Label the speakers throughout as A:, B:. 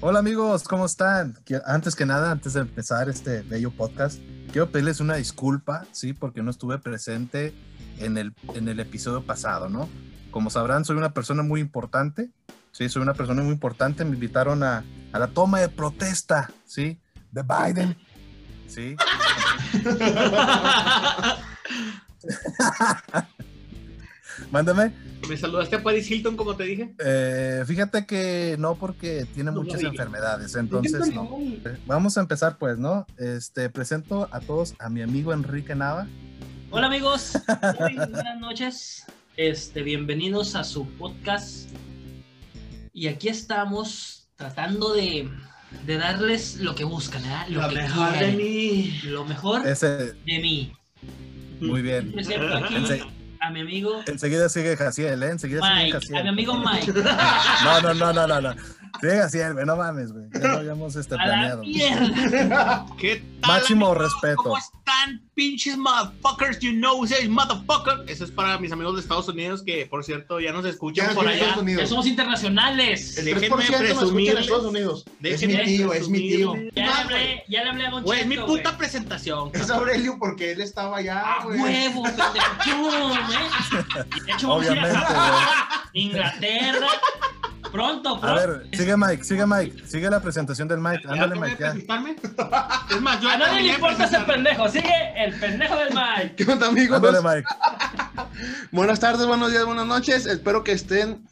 A: Hola amigos, ¿cómo están? Antes que nada, antes de empezar este bello podcast, quiero pedirles una disculpa, ¿sí? Porque no estuve presente en el, en el episodio pasado, ¿no? Como sabrán, soy una persona muy importante, ¿sí? Soy una persona muy importante, me invitaron a, a la toma de protesta, ¿sí? De Biden, ¿sí? Mándame.
B: ¿Me saludaste a Paris Hilton como te dije?
A: Eh, fíjate que no, porque tiene
B: No,
A: muchas
B: María.
A: enfermedades, entonces no. Vamos a empezar pues, ¿no? Este, presento a todos a mi amigo Enrique Nava.
C: Hola amigos, Muy buenas noches, este, bienvenidos a su podcast y aquí estamos tratando de, de darles lo que buscan, ¿verdad? Lo,
B: Lo
C: que
B: mejor de
C: quieren.
B: mí.
C: Lo mejor
A: Ese,
C: de mí. Mm.
A: muy bien.
C: Presento aquí
A: Ense-
C: a mi amigo
A: enseguida sigue Jaciel, ¿eh? Enseguida sigue
C: Mike,
A: Jaciel.
C: a mi amigo Mike,
A: No, no, no, no, no, no. Sigue Jaciel, güey, no mames, güey. Ya lo habíamos este,
C: a la
A: planeado.
C: mierda.
D: ¿Qué tal?
A: Máximo
D: amigos?
A: respeto.
D: ¿Cómo están, pinches motherfuckers? You know, say motherfucker. Eso es para mis amigos de Estados Unidos que, por cierto, ya nos escuchan
E: Ya
D: por
E: nos
D: allá.
E: escuchan
C: Ya
E: Unidos.
C: somos internacionales.
D: Déjenme
E: 3% me escuchan en
D: presumirles.
E: Estados Unidos. Es mi
D: Déjenme
E: tío, es mi tío.
D: presumirles.
C: Ya le hablé, ya le hablé a Don
D: Güey, es mi
C: Cheto,
D: puta
C: güey.
D: presentación.
E: Es Aurelio porque él estaba allá,
C: ¡A
E: güey.
C: huevo, pendejo! ¡Qué hubo, eh! De hecho, vamos a ir a
A: Obviamente, güey.
C: Inglaterra. Pronto, pronto.
A: A ver, sigue Mike, sigue Mike. Sigue la presentación del Mike.
D: ¿Ya
A: Ándale,
D: acabé de
A: Mike, ya.
D: presentarme? Es más, yo
C: a
D: ya
C: nadie
D: terminé
C: le
D: de
C: importa ese
D: presentarme.
C: pendejo. Sigue el pendejo del Mike.
E: ¿Qué onda, amigos?
A: Ándale, Mike.
E: Buenas tardes, buenos días, buenas noches. Espero que estén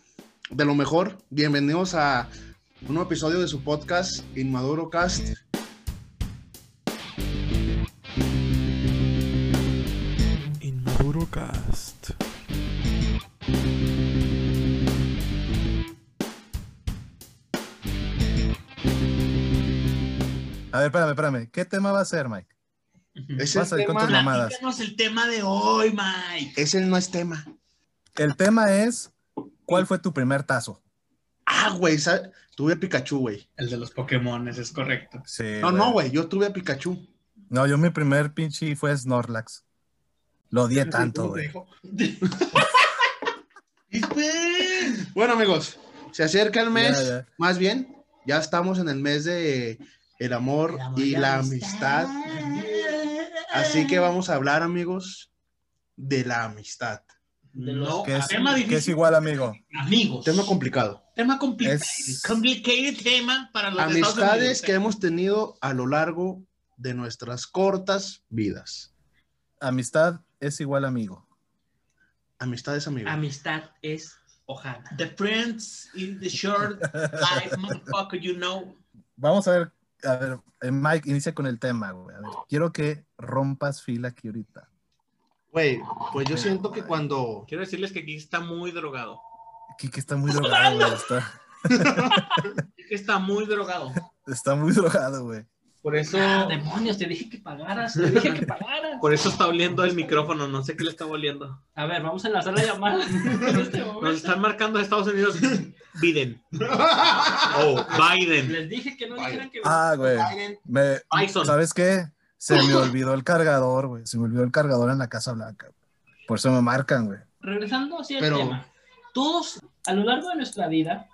E: de lo mejor. Bienvenidos a un nuevo episodio de su podcast, Inmaduro
A: Eh,
E: Cast.
F: Inmaduro Cast.
A: A ver, espérame, espérame. ¿Qué tema va a ser, Mike?
E: Es el
A: Vas a ir con tus
E: tema.
A: mamadas.
D: Platícanos el tema de hoy, Mike.
E: Ese no es tema.
A: El tema es, ¿cuál fue tu primer tazo?
E: Ah, güey, sa- tuve a Pikachu, güey.
B: El de los Pokémon, es correcto.
A: Sí,
E: No, no, güey, yo tuve a Pikachu.
A: No, yo mi primer pinche fue Snorlax. Lo odié tanto, güey.
E: Bueno, amigos, se acerca el mes,
A: Ya, ya.
E: más bien, ya estamos en el mes de el amor, y la amistad. Así que vamos a hablar, amigos, de la amistad.
D: No,
A: Que es,
D: tema
A: que es
D: difícil.
A: igual, amigo.
D: Amigos.
E: Tema complicado.
D: Tema complicado.
A: Es
D: Complicated tema para los de Estados
E: Amistades
D: Unidos. eh.
E: que hemos tenido a lo largo de nuestras cortas vidas.
A: amistad es igual, amigo.
E: Amistades, amigos.
C: Amistad es ojana.
D: The friends in the short life, motherfucker, you know.
A: Vamos a ver, a ver, eh, Mike, inicia con el tema, güey. A ver, quiero que rompas fila aquí ahorita.
E: Güey, pues yo siento que cuando...
D: Quiero decirles que aquí está muy drogado.
A: Kike está muy drogado, güey. Está,
D: Aquí Está muy drogado.
A: está muy drogado, güey.
D: Por eso,
C: Ah, demonios, te dije que pagaras, te dije que pagaras.
D: por eso está oliendo el micrófono. No sé qué le está oliendo.
C: A ver, vamos a enlazar la llamada. en este
D: Nos
C: momento.
D: están marcando de Estados Unidos Biden. O Biden.
C: Les dije que no dijeran que
A: Ah, güey. Me,
D: Bison.
A: ¿Sabes qué? Se me olvidó el cargador, güey. Se me olvidó el cargador en la Casa Blanca. Por eso me marcan, güey.
C: regresando hacia
E: Pero-
C: el tema, todos a lo largo de nuestra vida,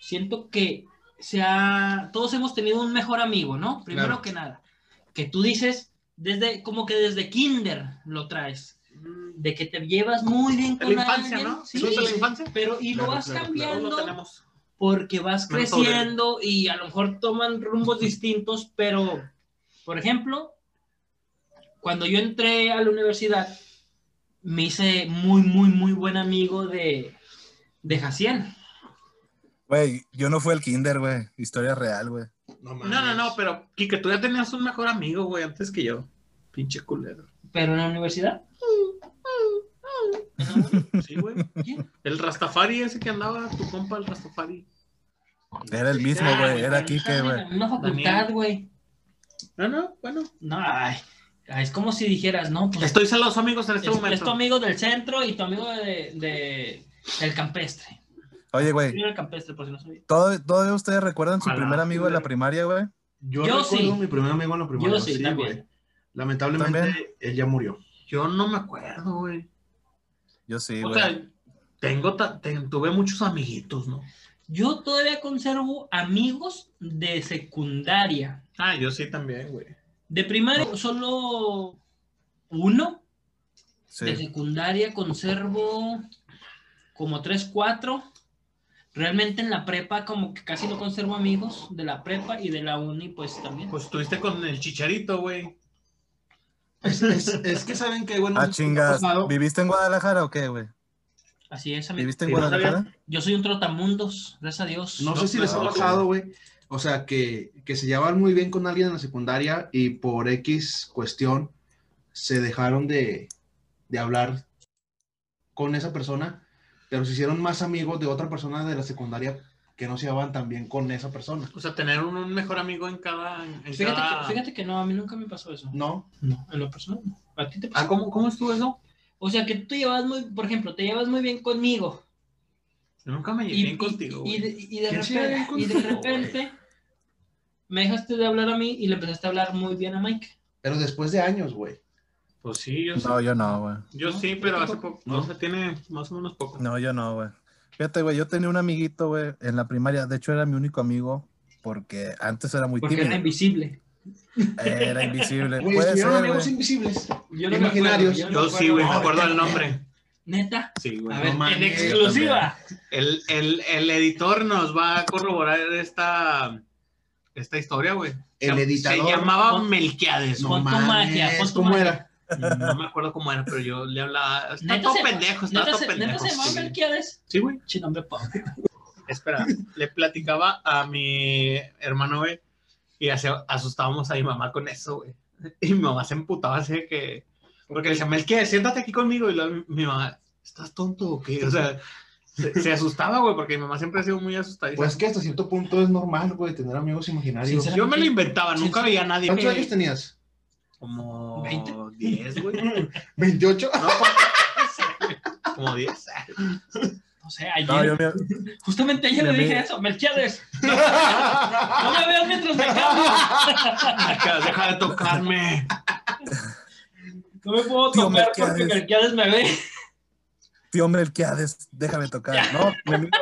C: siento que se ha- todos hemos tenido un mejor amigo, ¿no? Primero
E: Claro.
C: que nada, que tú dices, desde, como que desde kinder lo traes, de que te llevas muy bien
D: De
C: con
D: la infancia,
C: alguien,
D: ¿no?
C: sí,
D: ¿Fruto de la infancia?
C: pero y lo
E: Claro,
C: vas
E: claro,
D: Todos lo
C: cambiando
D: tenemos.
C: porque vas
D: No, sobre-
C: creciendo y a lo mejor toman rumbos distintos, pero, por ejemplo, cuando yo entré a la universidad, me hice muy, muy, muy buen amigo de, de Jaciel.
A: Güey, yo no fui al kinder, güey. Historia real, güey.
D: No, no, no, pero Kike, tú ya tenías un mejor amigo, güey, antes que yo. Pinche culero.
C: Pero en la universidad,
D: Sí, güey.
C: ¿Quién?
D: El Rastafari ese que andaba, tu compa, el Rastafari.
A: Era el mismo,
C: Ah,
A: güey. Era
C: cuando
A: Kike,
C: estaban en
A: güey.
C: la misma facultad,
D: Daniel.
C: güey.
D: No, no, bueno.
C: No, ay, ay, es como si dijeras, no, pues
D: Estoy celoso, amigos, en
C: es,
D: este
C: es tu
D: momento.
C: amigo del centro y tu amigo de, de- del campestre.
A: Oye, güey.
C: Yo era campestre, por si no sabía.
A: ¿tod- ¿Todavía ustedes recuerdan su
D: Ojalá,
A: primer amigo de la primaria, güey?
E: Yo,
C: Yo
E: recuerdo
C: sí.
E: mi primer amigo en la primaria.
C: Yo sí, también.
E: güey. Lamentablemente,
A: También.
E: él ya murió.
D: Yo no me acuerdo, güey.
A: Yo sí,
D: o
A: güey.
D: sea, tengo ta- ten- tuve muchos amiguitos, ¿no?
C: Yo todavía conservo amigos de secundaria.
D: Ah, yo sí también, güey.
C: De primaria solo uno. De
A: Sí.
C: secundaria conservo como tres, cuatro. Realmente en la prepa como que casi no conservo amigos de la prepa y de la uni pues también.
D: Pues estuviste con el chicharito, güey.
E: Es, es- es que saben que, bueno,
A: Ah,
E: no sé si les ha
A: chingas.
E: pasado.
A: ¿Viviste en Guadalajara o qué, güey?
C: Así es, amigo.
A: ¿Viviste en
D: Sí, no sabía.
A: Guadalajara?
C: Yo soy un trotamundos, gracias a Dios.
E: No sé si les ha
D: claro,
E: pasado, güey. O sea, que, que se llevaban muy bien con alguien en la secundaria y por X cuestión se dejaron de, de hablar con esa persona, pero se hicieron más amigos de otra persona de la secundaria que no se llevaban tan bien con esa persona.
D: O sea, tener un, un mejor amigo en cada. En
C: Fíjate
D: cada-
C: que, fíjate que no, a mí nunca me pasó eso.
E: ¿No?
C: No, en lo personal no. ¿A ti te pasó?
D: Ah, ¿cómo, ¿cómo estuvo eso?
C: O sea, que tú te llevas muy, por ejemplo, te llevas muy bien conmigo.
D: Yo nunca me llevé bien contigo,
C: y,
D: güey.
C: de, y de
E: ¿Quién se lleva bien
C: repente, y de
E: contigo,
C: repente me dejaste de hablar a mí y le empezaste a hablar muy bien a Mike.
E: Pero después de años, güey.
D: Pues sí, yo sí.
A: No, yo no, güey.
D: Yo
C: No,
D: sí,
C: yo
D: pero hace
C: tampoco.
D: poco.
E: No.
D: O sea, tiene más o menos poco.
A: No, yo no, güey. Fíjate, güey, yo tenía un amiguito, güey, en la primaria. De hecho, era mi único amigo porque antes era muy
C: Porque
A: tímido.
C: era invisible.
A: Era invisible.
E: Güey,
A: Puede
E: estuvieron
A: ser,
E: amigos
A: güey.
E: invisibles.
C: Yo
E: no
C: no
E: me Imaginarios.
C: Me
E: acuerdo,
C: acuerdo,
D: Yo sí, güey, me
E: No,
D: acuerdo
E: yo
D: el
E: también.
D: nombre.
C: Neta.
D: Sí, güey.
C: A
D: no
C: ver,
D: mames.
C: en exclusiva.
D: El, el, el editor nos va a corroborar esta, esta historia, güey.
E: El
D: Se-
E: editador.
D: Se llamaba
C: Pon-
D: Melquiades,
C: No
D: no,
C: pon tu
E: mames,
C: magia, pon tu
E: ¿Cómo
C: magia.
E: era?
D: no me acuerdo cómo era, pero yo le hablaba. Está
C: Neta
D: todo
C: se-
D: pendejo, está
C: Neta
D: todo
C: se, neta
D: pendejo.
C: se llamaba
D: sí.
C: Melquiades.
D: Sí, güey.
C: Che, nombre pobre.
D: Espera, le platicaba a mi hermano, güey, y hace- asustábamos a mi mamá con eso, güey. Y mi mamá se emputaba así de que. Porque le decía, Melquiades, siéntate aquí conmigo. Y luego mi- mi mamá, ¿estás tonto o qué? O sea, se, se asustaba, güey, porque mi mamá siempre ha sido muy asustadiza.
E: Pues que hasta cierto punto es normal, güey, tener amigos imaginarios.
C: Sinceramente,
D: yo me lo inventaba, nunca
C: sí.
D: veía a nadie.
E: ¿Cuántos
D: que-
E: años tenías?
D: Como
C: ¿Veinte?
D: 10, güey. No,
E: ¿28?
D: como- como 10.
C: No sé, ayer.
A: No, yo, mi-
C: Justamente ayer
A: Mi
C: le dije
A: amigo.
C: eso. Melquiades. No me veas mientras me cambio.
D: Acá, Ah, deja de tocarme.
C: No me puedo
A: Tío
C: tocar porque
A: Melquiades.
C: Melquiades me ve.
A: tío Melquiades, déjame tocar. No, mi amigo,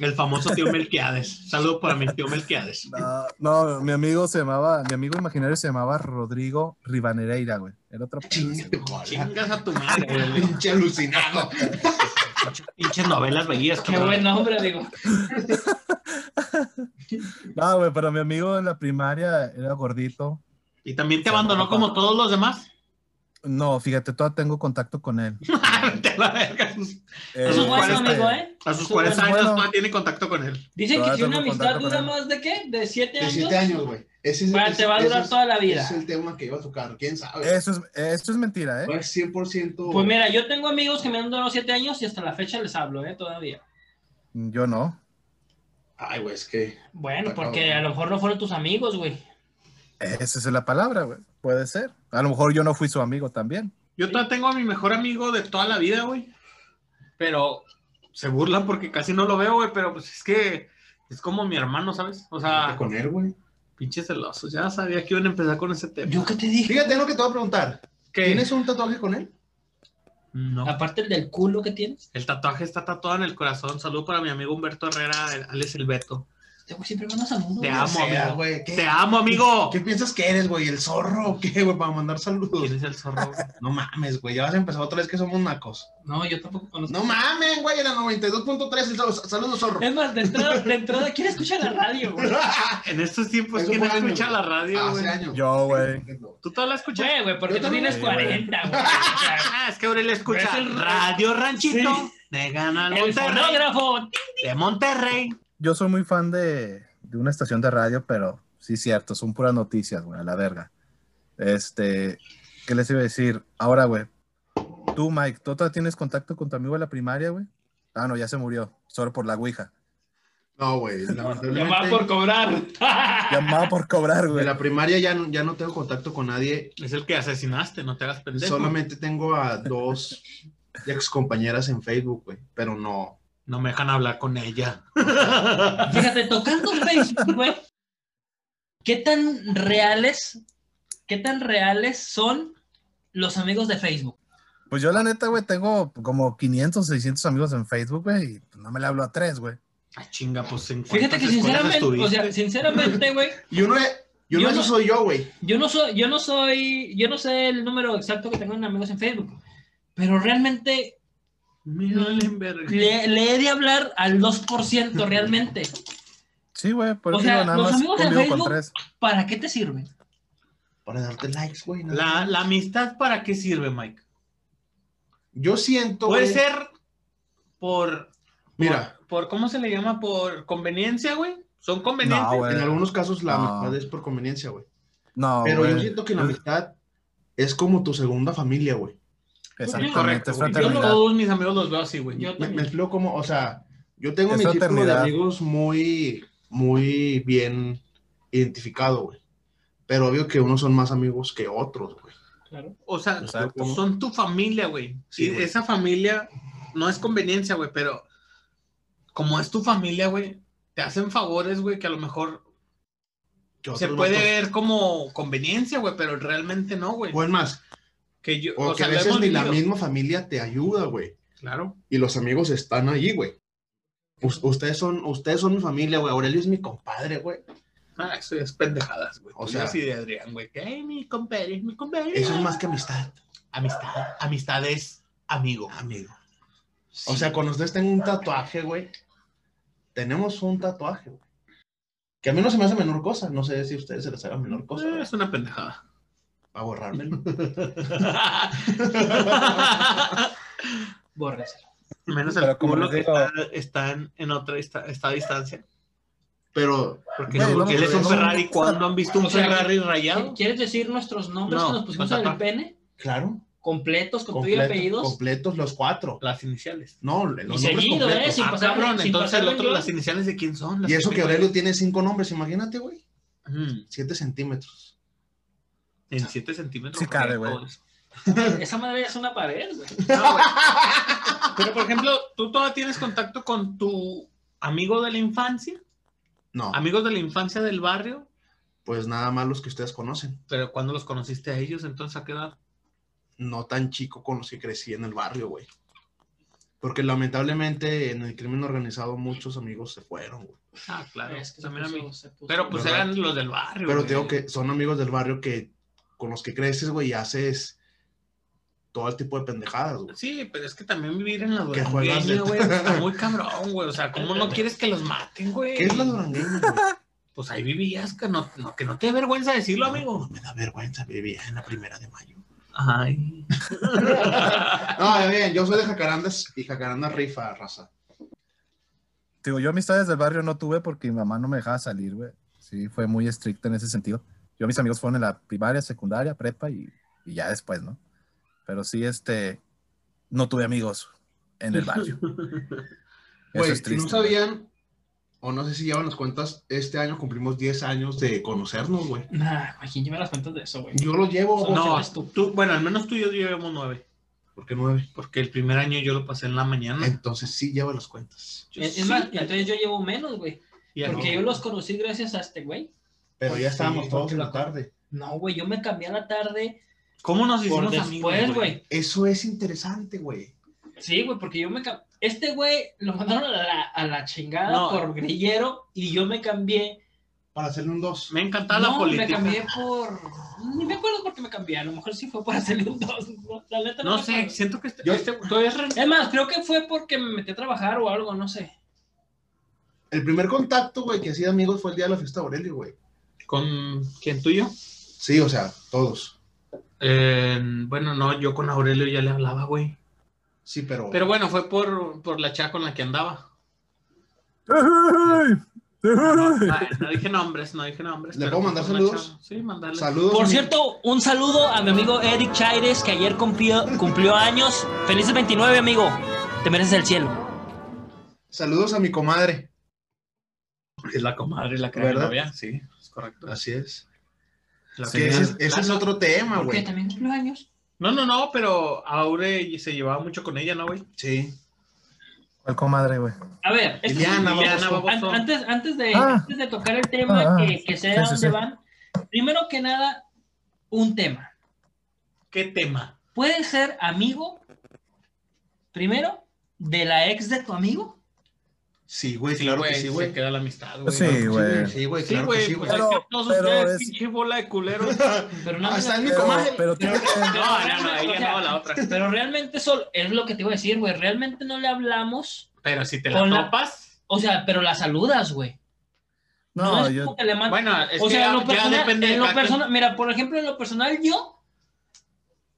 D: El famoso tío Melquiades. Saludo para mi tío Melquiades.
A: no, no, mi amigo se llamaba, mi amigo imaginario se llamaba Rodrigo Rivanereira, güey. Era otro. pedo ese,
E: Chinga
A: güey.
E: tu cola.
D: Chingas a tu madre, güey.
E: Pinche alucinado.
D: Pinches novelas veías,
C: Qué
D: cabrón.
C: buen hombre, digo.
A: Eh, No, güey, pero mi amigo en la primaria era gordito.
D: Y también te abandonó como todos los demás.
A: No, fíjate, todavía tengo contacto con él.
D: Vete a la verga. A sus-
A: Eh,
C: Eso
D: sus
C: es bueno,
A: este,
C: amigo, ¿eh?
D: a sus
C: Eso es
D: 40
A: bueno.
D: años todavía tiene contacto con él.
C: Dicen que
A: Todavía
C: si una
A: tengo
C: amistad
A: contacto con
C: dura
A: él.
C: más de qué? ¿De siete
E: De
C: años?
E: 7 años, güey. Ese es-
C: Bueno,
E: ese-
C: te va a
E: ese
C: durar
E: es-
C: toda la
E: ese
C: vida.
E: Es el tema que iba a tocar, quién sabe.
A: Eso es, eso es mentira, ¿eh?
E: No es 100%.
C: Pues mira, yo tengo amigos que me han durado siete años y hasta la fecha les hablo, ¿eh? Todavía.
A: Yo no.
E: Ay, güey, es que.
C: Bueno,
E: Está
C: porque
E: cabrón.
C: a lo mejor no fueron tus amigos, güey.
A: Esa es la palabra, güey. Puede ser. A lo mejor yo no fui su amigo también.
D: Yo todavía tengo a mi mejor amigo de toda la vida, güey. Pero se burlan porque casi no lo veo, güey. Pero pues es que es como mi hermano, ¿sabes? O sea,
E: Con él, güey.
D: pinches celosos. Ya sabía que iban a empezar con ese tema.
C: ¿Yo qué te dije?
E: Fíjate lo que te voy a preguntar.
D: ¿Qué?
E: ¿Tienes un tatuaje con él?
D: No.
C: Aparte el del culo que tienes.
D: El tatuaje está tatuado en el corazón. Saludo para mi amigo Humberto Herrera, el- Alex El Beto.
C: Este güey siempre manda saludos.
D: Te
C: güey.
D: amo,
E: O sea,
D: amigo.
E: güey, ¿qué-
D: Te amo, amigo.
E: ¿Qué piensas que eres, güey? ¿El zorro o qué, güey? Para mandar
D: ¿Quién
E: saludos.
D: es el zorro? güey?
E: No mames, güey. Ya vas a empezar otra vez que somos nacos.
C: No, yo tampoco conozco.
E: No mames, güey. Era 92.3. el zorro. Saludos, zorro.
C: Es más, de entrada, de entrada, ¿quién escucha la radio, güey?
D: En estos tiempos,
E: Eso
D: ¿quién
E: fue Ah, año,
D: escucha
E: güey.
D: la radio,
E: Hace
D: güey?
E: años.
A: Yo, güey.
D: ¿Tú todas la escuchas?
C: Che, güey, porque
E: Yo
C: tú
E: también,
C: tienes
A: sí, güey.
C: 40, güey. O sea,
D: Ah, es que Aurelio escucha
C: Pero es el-
D: Radio Ranchito de Gana
C: El
D: Monterrey,
C: fonógrafo.
D: de Monterrey.
A: Yo soy muy fan de, de una estación de radio, pero sí, cierto, son puras noticias, güey, a la verga. Este, ¿qué les iba a decir? Ahora, güey, tú, Mike, ¿tú todavía tienes contacto con tu amigo de la primaria, güey? Ah, no, ya se murió, solo por la ouija.
E: No, güey.
C: Me
E: Lamentablemente.
C: va por cobrar.
A: Llamaba por cobrar,
E: De
A: güey.
E: la primaria ya no, ya no tengo contacto con nadie
D: Es el que asesinaste, no te hagas pendejo.
E: Solamente tengo a dos ex compañeras en Facebook, güey, pero no.
D: No me dejan hablar con ella.
C: Fíjate, tocando Facebook, güey. ¿Qué tan reales, qué tan reales son los amigos de Facebook?
A: Pues pues yo, la neta, güey, tengo como 500, 600 amigos en Facebook, güey, y no me le hablo a tres, güey.
D: Ah, chinga, pues en
C: Fíjate
D: cuántas
C: que
D: escuelas
C: sinceramente, o sea,
D: estuviste?
C: sinceramente, güey,
E: Y uno, de- y uno
C: Yo
E: de esos
C: no-
E: soy yo, güey.
C: yo no soy, yo no soy, yo no sé el número exacto que tengo en amigos en Facebook, pero realmente
D: Mira, en verga.
C: le, le he de hablar al 2% realmente.
A: Sí, güey, por
C: O
A: eso
C: sea,
A: digo, nada
C: los
A: más
C: amigos en
A: convivo con
C: Facebook-
A: tres.
C: ¿Para qué te sirve?
E: Para darte likes, güey. ¿no?
D: La, la amistad, ¿para qué sirve, Mike?
E: Yo siento,
D: Puede
E: güey,
D: ser por,
E: Mira,
D: por, por- ¿cómo se le llama? Por conveniencia, güey. Son
A: No,
D: convenientes.
A: güey.
E: en algunos casos la
A: No.
E: amistad es por conveniencia, güey.
A: No,
E: Pero yo
A: güey.
E: siento que la amistad es como tu segunda familia, güey.
A: Exactamente,
D: Correcto.
A: es
D: güey. Yo
A: fraternidad.
D: todos mis amigos los veo así, güey.
C: Yo
E: Me, me
C: también.
E: explico como, o sea, yo tengo
A: Es
E: mi círculo de
A: fraternidad.
E: amigos muy, muy bien identificado, güey. Pero obvio que unos son más amigos que otros, güey.
D: O sea,
A: Exacto.
D: son tu familia, güey.
E: Sí,
D: y
E: güey.
D: esa familia no es conveniencia, güey, pero como es tu familia, güey, te hacen favores, güey, que a lo mejor
E: que otros
D: se
E: no
D: puede
E: to-
D: ver como conveniencia, güey, pero realmente no, güey.
E: O es más,
D: que yo,
E: o,
D: o,
E: que
D: sea,
E: a
D: lo
E: veces
D: hemos
E: ni la
D: vivido.
E: misma familia te ayuda, güey.
D: Claro.
E: Y los amigos están allí, güey. Us- ustedes son, ustedes son mi familia, güey. Aurelio es mi compadre, güey.
D: Ah, eso es pendejadas, güey.
E: O
D: O
E: sea-
D: sea, así de Adrián, güey. Que, "Ay, mi compadre, mi compadre.
E: Eso es más que amistad,
D: Amistad. Amistad es amigo.
E: amigo. O sea, cuando ustedes tengan un tatuaje, güey, tenemos un tatuaje, güey. Que a mí no se me hace menor cosa. No sé si a ustedes se les haga menor cosa.
D: Eh, es una pendejada.
E: a borrármelo.
C: Bórrese.
D: Menos
A: Pero
D: el
A: como
D: culo
A: les
D: que
A: digo-
D: está, están en otra dista- está a distancia.
E: Pero
D: Porque,
A: Güey,
D: porque
A: no,
D: él es un
A: no.
D: Ferrari. ¿Cuándo han visto un
C: O sea,
D: Ferrari
C: ¿Qui-
D: rayado?
C: ¿Quieres decir nuestros nombres
D: No, pues
C: que nos pusimos
D: con
C: en el
D: tapa.
C: pene?
E: claro,
C: Completos, con tu y
E: completo-
C: apellidos.
E: completos los cuatro.
D: Las iniciales.
E: No, los
C: Y
E: nombres
C: seguido, ¿eh?
E: completos.
C: Sin
D: ah,
C: pasar,
D: cabrón,
C: sin
D: entonces
C: pasar
D: el otro,
C: renglón.
D: las iniciales de quién son. Las
E: Y eso que
D: tengo
E: Aurelio tiene cinco nombres, imagínate, güey.
D: ahí. Mm,
E: Siete centímetros.
D: En 7 centímetros.
A: Sí cabe, güey.
D: todo eso.
C: Esa madre es una pared, güey.
D: No, güey. Pero, por ejemplo, ¿tú todavía tienes contacto con tu amigo de la infancia?
E: No,
D: Amigos de la infancia del barrio,
E: pues nada más los que ustedes conocen.
D: pero cuando los conociste a ellos, entonces a qué edad?
E: No tan chico con los que crecí en el barrio, güey. Porque lamentablemente en el crimen organizado muchos amigos se fueron, güey.
D: Ah, claro.
C: Es que se
D: también
C: puso-
D: amigos.
C: se puso-
D: Pero pues
E: ¿Verdad?
D: eran los del barrio.
E: Pero
D: güey.
E: te digo que son amigos del barrio que con los que creces, güey, y haces todo el tipo de pendejadas, güey.
D: Sí, pero es que también vivir en la
E: Que juegas de-
D: durangueña, güey, pues, está muy cabrón, güey. O sea, ¿cómo no quieres que los maten, güey?
E: ¿Qué es la durangueña, güey?
D: Pues ahí vivías, que no, no- que no te dé vergüenza decirlo, amigo.
E: Me da vergüenza, vivía en la primera de mayo.
D: Ay.
E: No, ya bien, yo soy de Jacarandas y Jacarandas rifa, raza.
A: Digo, yo amistades del barrio no tuve porque mi mamá no me dejaba salir, güey. Sí, fue muy estricta en ese sentido. Yo mis amigos fueron en la primaria, secundaria, prepa y, y ya después, ¿no? Pero sí, este, no tuve amigos en el barrio. Eso
E: Güey,
A: es triste.
E: no sabían, o no sé si llevan las cuentas, este año cumplimos 10 años de conocernos, güey.
C: Nah, güey, ¿quién lleva las cuentas de eso, güey?
E: Yo lo llevo,
C: Son-
E: güey.
D: No,
C: eres tú.
D: tú, bueno, al menos tú y yo llevamos nueve.
E: ¿Por qué 9?
D: Porque el primer año yo lo pasé en la mañana.
E: Entonces sí lleva las cuentas.
D: Yo
C: Es,
D: sí,
C: es más,
D: ya-
C: entonces yo llevo menos, güey.
D: ya
C: porque
D: no.
C: yo los conocí gracias a este güey.
E: Pero ya estábamos
D: Sí,
E: todos
D: porque
E: en
D: la-
E: la tarde.
C: No, güey, yo me cambié a la tarde
D: ¿Cómo nos
C: por
D: hicimos
C: después,
D: amigos,
C: güey.
E: Eso es interesante, güey.
C: Sí, güey, porque yo me cambié. Este güey lo mandaron a la, a la chingada
D: No.
C: por grillero y yo me cambié.
E: Para hacerle un 2.
D: Me encantaba la
C: no,
D: política.
C: me cambié por. Ni me acuerdo por qué me cambié. A lo mejor sí fue para hacerle un dos. No, la neta
D: No
C: me
D: sé,
C: acuerdo.
D: siento que este,
E: Yo-
D: este- todavía es re-
C: Es más, creo que fue porque me metí a trabajar o algo, no sé.
E: El primer contacto, güey, que hacía amigos fue el día de la fiesta de Aurelio, güey.
D: con quién tuyo.
E: Sí, o sea, todos.
D: Eh, bueno, no, yo con Aurelio ya le hablaba, güey.
E: Sí, pero.
D: Pero bueno, fue por, por la chaca con la que andaba.
A: ¡Ey!
D: No,
A: ¡Ey!
D: no, no dije nombres, no dije nombres.
E: ¿Le
D: pero
E: puedo mandar
D: fue con la
E: saludos?
D: chava. Sí, mandarle.
E: Saludos.
C: Por
E: amigo.
C: cierto, un saludo a mi amigo Eric Chaires que ayer cumplió, cumplió años. Felices 29, amigo. Te mereces el cielo.
E: Saludos a mi comadre.
D: Es la comadre, la que era mi
E: ¿Verdad?
D: novia, sí, es correcto.
E: Así es.
D: La
A: Sí,
D: que-
E: ese es, ese es otro tema,
C: Porque
E: güey.
C: también cumplió años.
D: No, no, no, pero Aure se llevaba mucho con ella, ¿no, güey?
E: Sí.
A: ¿Cuál comadre, güey?
C: A ver, esto-
E: Liliana,
D: Liliana,
E: baboso.
D: baboso.
C: an- antes, antes, de,
A: Ah.
C: antes de tocar el tema
A: Ah, ah.
C: que, que sé de
A: Sí, sí,
C: dónde
A: sí.
C: van, primero que nada, un tema.
D: ¿Qué tema?
C: ¿Puedes ser amigo, primero, de la ex de tu amigo?
E: Sí, güey, claro que sí, güey.
D: Se queda la amistad, güey.
A: Pues sí,
E: Claro que
A: güey.
E: Sí, güey,
D: Sí,
E: claro que
D: güey.
E: sí,
D: pues
E: güey.
A: Pero-
D: es que todos
A: pero
D: ustedes,
A: es-
D: pinche bola de culeros.
C: Pero no,
E: Hasta Ah, en mi
A: Pero,
E: comadre.
A: pero tiene que-
D: No, no, no, ella no, la otra.
C: Pero realmente solo, es lo que te iba a decir, güey, realmente no le hablamos,
D: Pero si te la
C: Con la-
D: topas.
C: o sea, pero la saludas, güey. No,
A: No,
C: es
A: yo.
C: como que le mandas-
D: Bueno, es
C: o
D: que
C: sea, en
D: ya,
C: lo
D: ya
C: personal,
D: depende
C: en lo
D: cada quien.
C: personal- mira, por ejemplo, en lo personal yo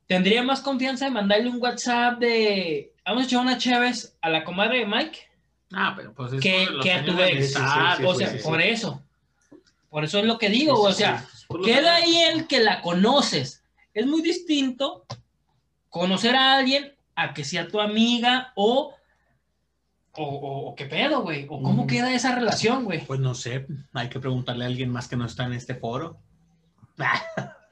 C: tendría más confianza de mandarle un WhatsApp de vamos a echar una chéves a la comadre de Mike,
D: Ah, pero pues es
C: Que-
D: por los
C: que a
D: años
C: tu
D: de
C: ex.
D: amistad,
E: Sí,
C: o
E: sí,
C: sea,
E: sí, sí.
C: por eso. Por eso es lo que digo,
D: Sí, sí,
C: o sea,
D: sí, es por los
C: queda
D: años.
C: ahí el que la conoces. Es muy distinto conocer a alguien a que sea tu amiga o o, o- o qué pedo, güey, o cómo
D: Ujú.
C: queda esa relación, güey.
D: Pues no sé, hay que preguntarle a alguien más que no está en este foro.
C: Pues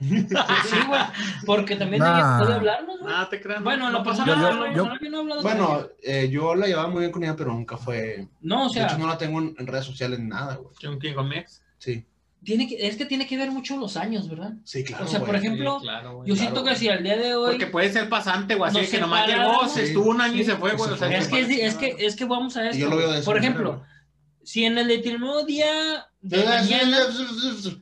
C: Sí, güey, porque también
A: Nah.
C: ella puede hablarnos, güey.
D: Nada, Ah, te creas.
C: Bueno, no pasa
A: Yo-
C: nada.
A: yo-
C: güey,
A: yo-
C: no, yo no he hablado con ella.
E: Ah, Bueno, eh, yo la llevaba muy bien con ella, pero nunca fue.
C: no, o
E: De hecho,
C: sea,
E: no la tengo en en redes sociales ni nada, güey.
D: ¿Con quién con mi ex?
E: Sí,
C: tiene que, es que tiene que ver mucho los años, ¿verdad?
E: sí, claro.
C: O sea,
E: güey.
C: por ejemplo,
D: Pues Sí, claro, güey,
C: Yo
D: claro,
C: siento que
D: güey.
C: si al día de hoy.
D: Porque puede ser pasante o así,
C: Nos
D: que nomás
C: separaron,
D: llegó,
C: ¿no?
D: se estuvo un año y
C: Sí.
D: se fue, güey.
E: Que
D: o
E: se
D: sea,
E: fue.
C: es, que es, es que, es que vamos a
E: Y
C: esto.
E: yo lo veo de
C: güey.
E: esa
C: Por
E: manera,
C: ejemplo,
E: güey.
C: si en el determinado día de mañana.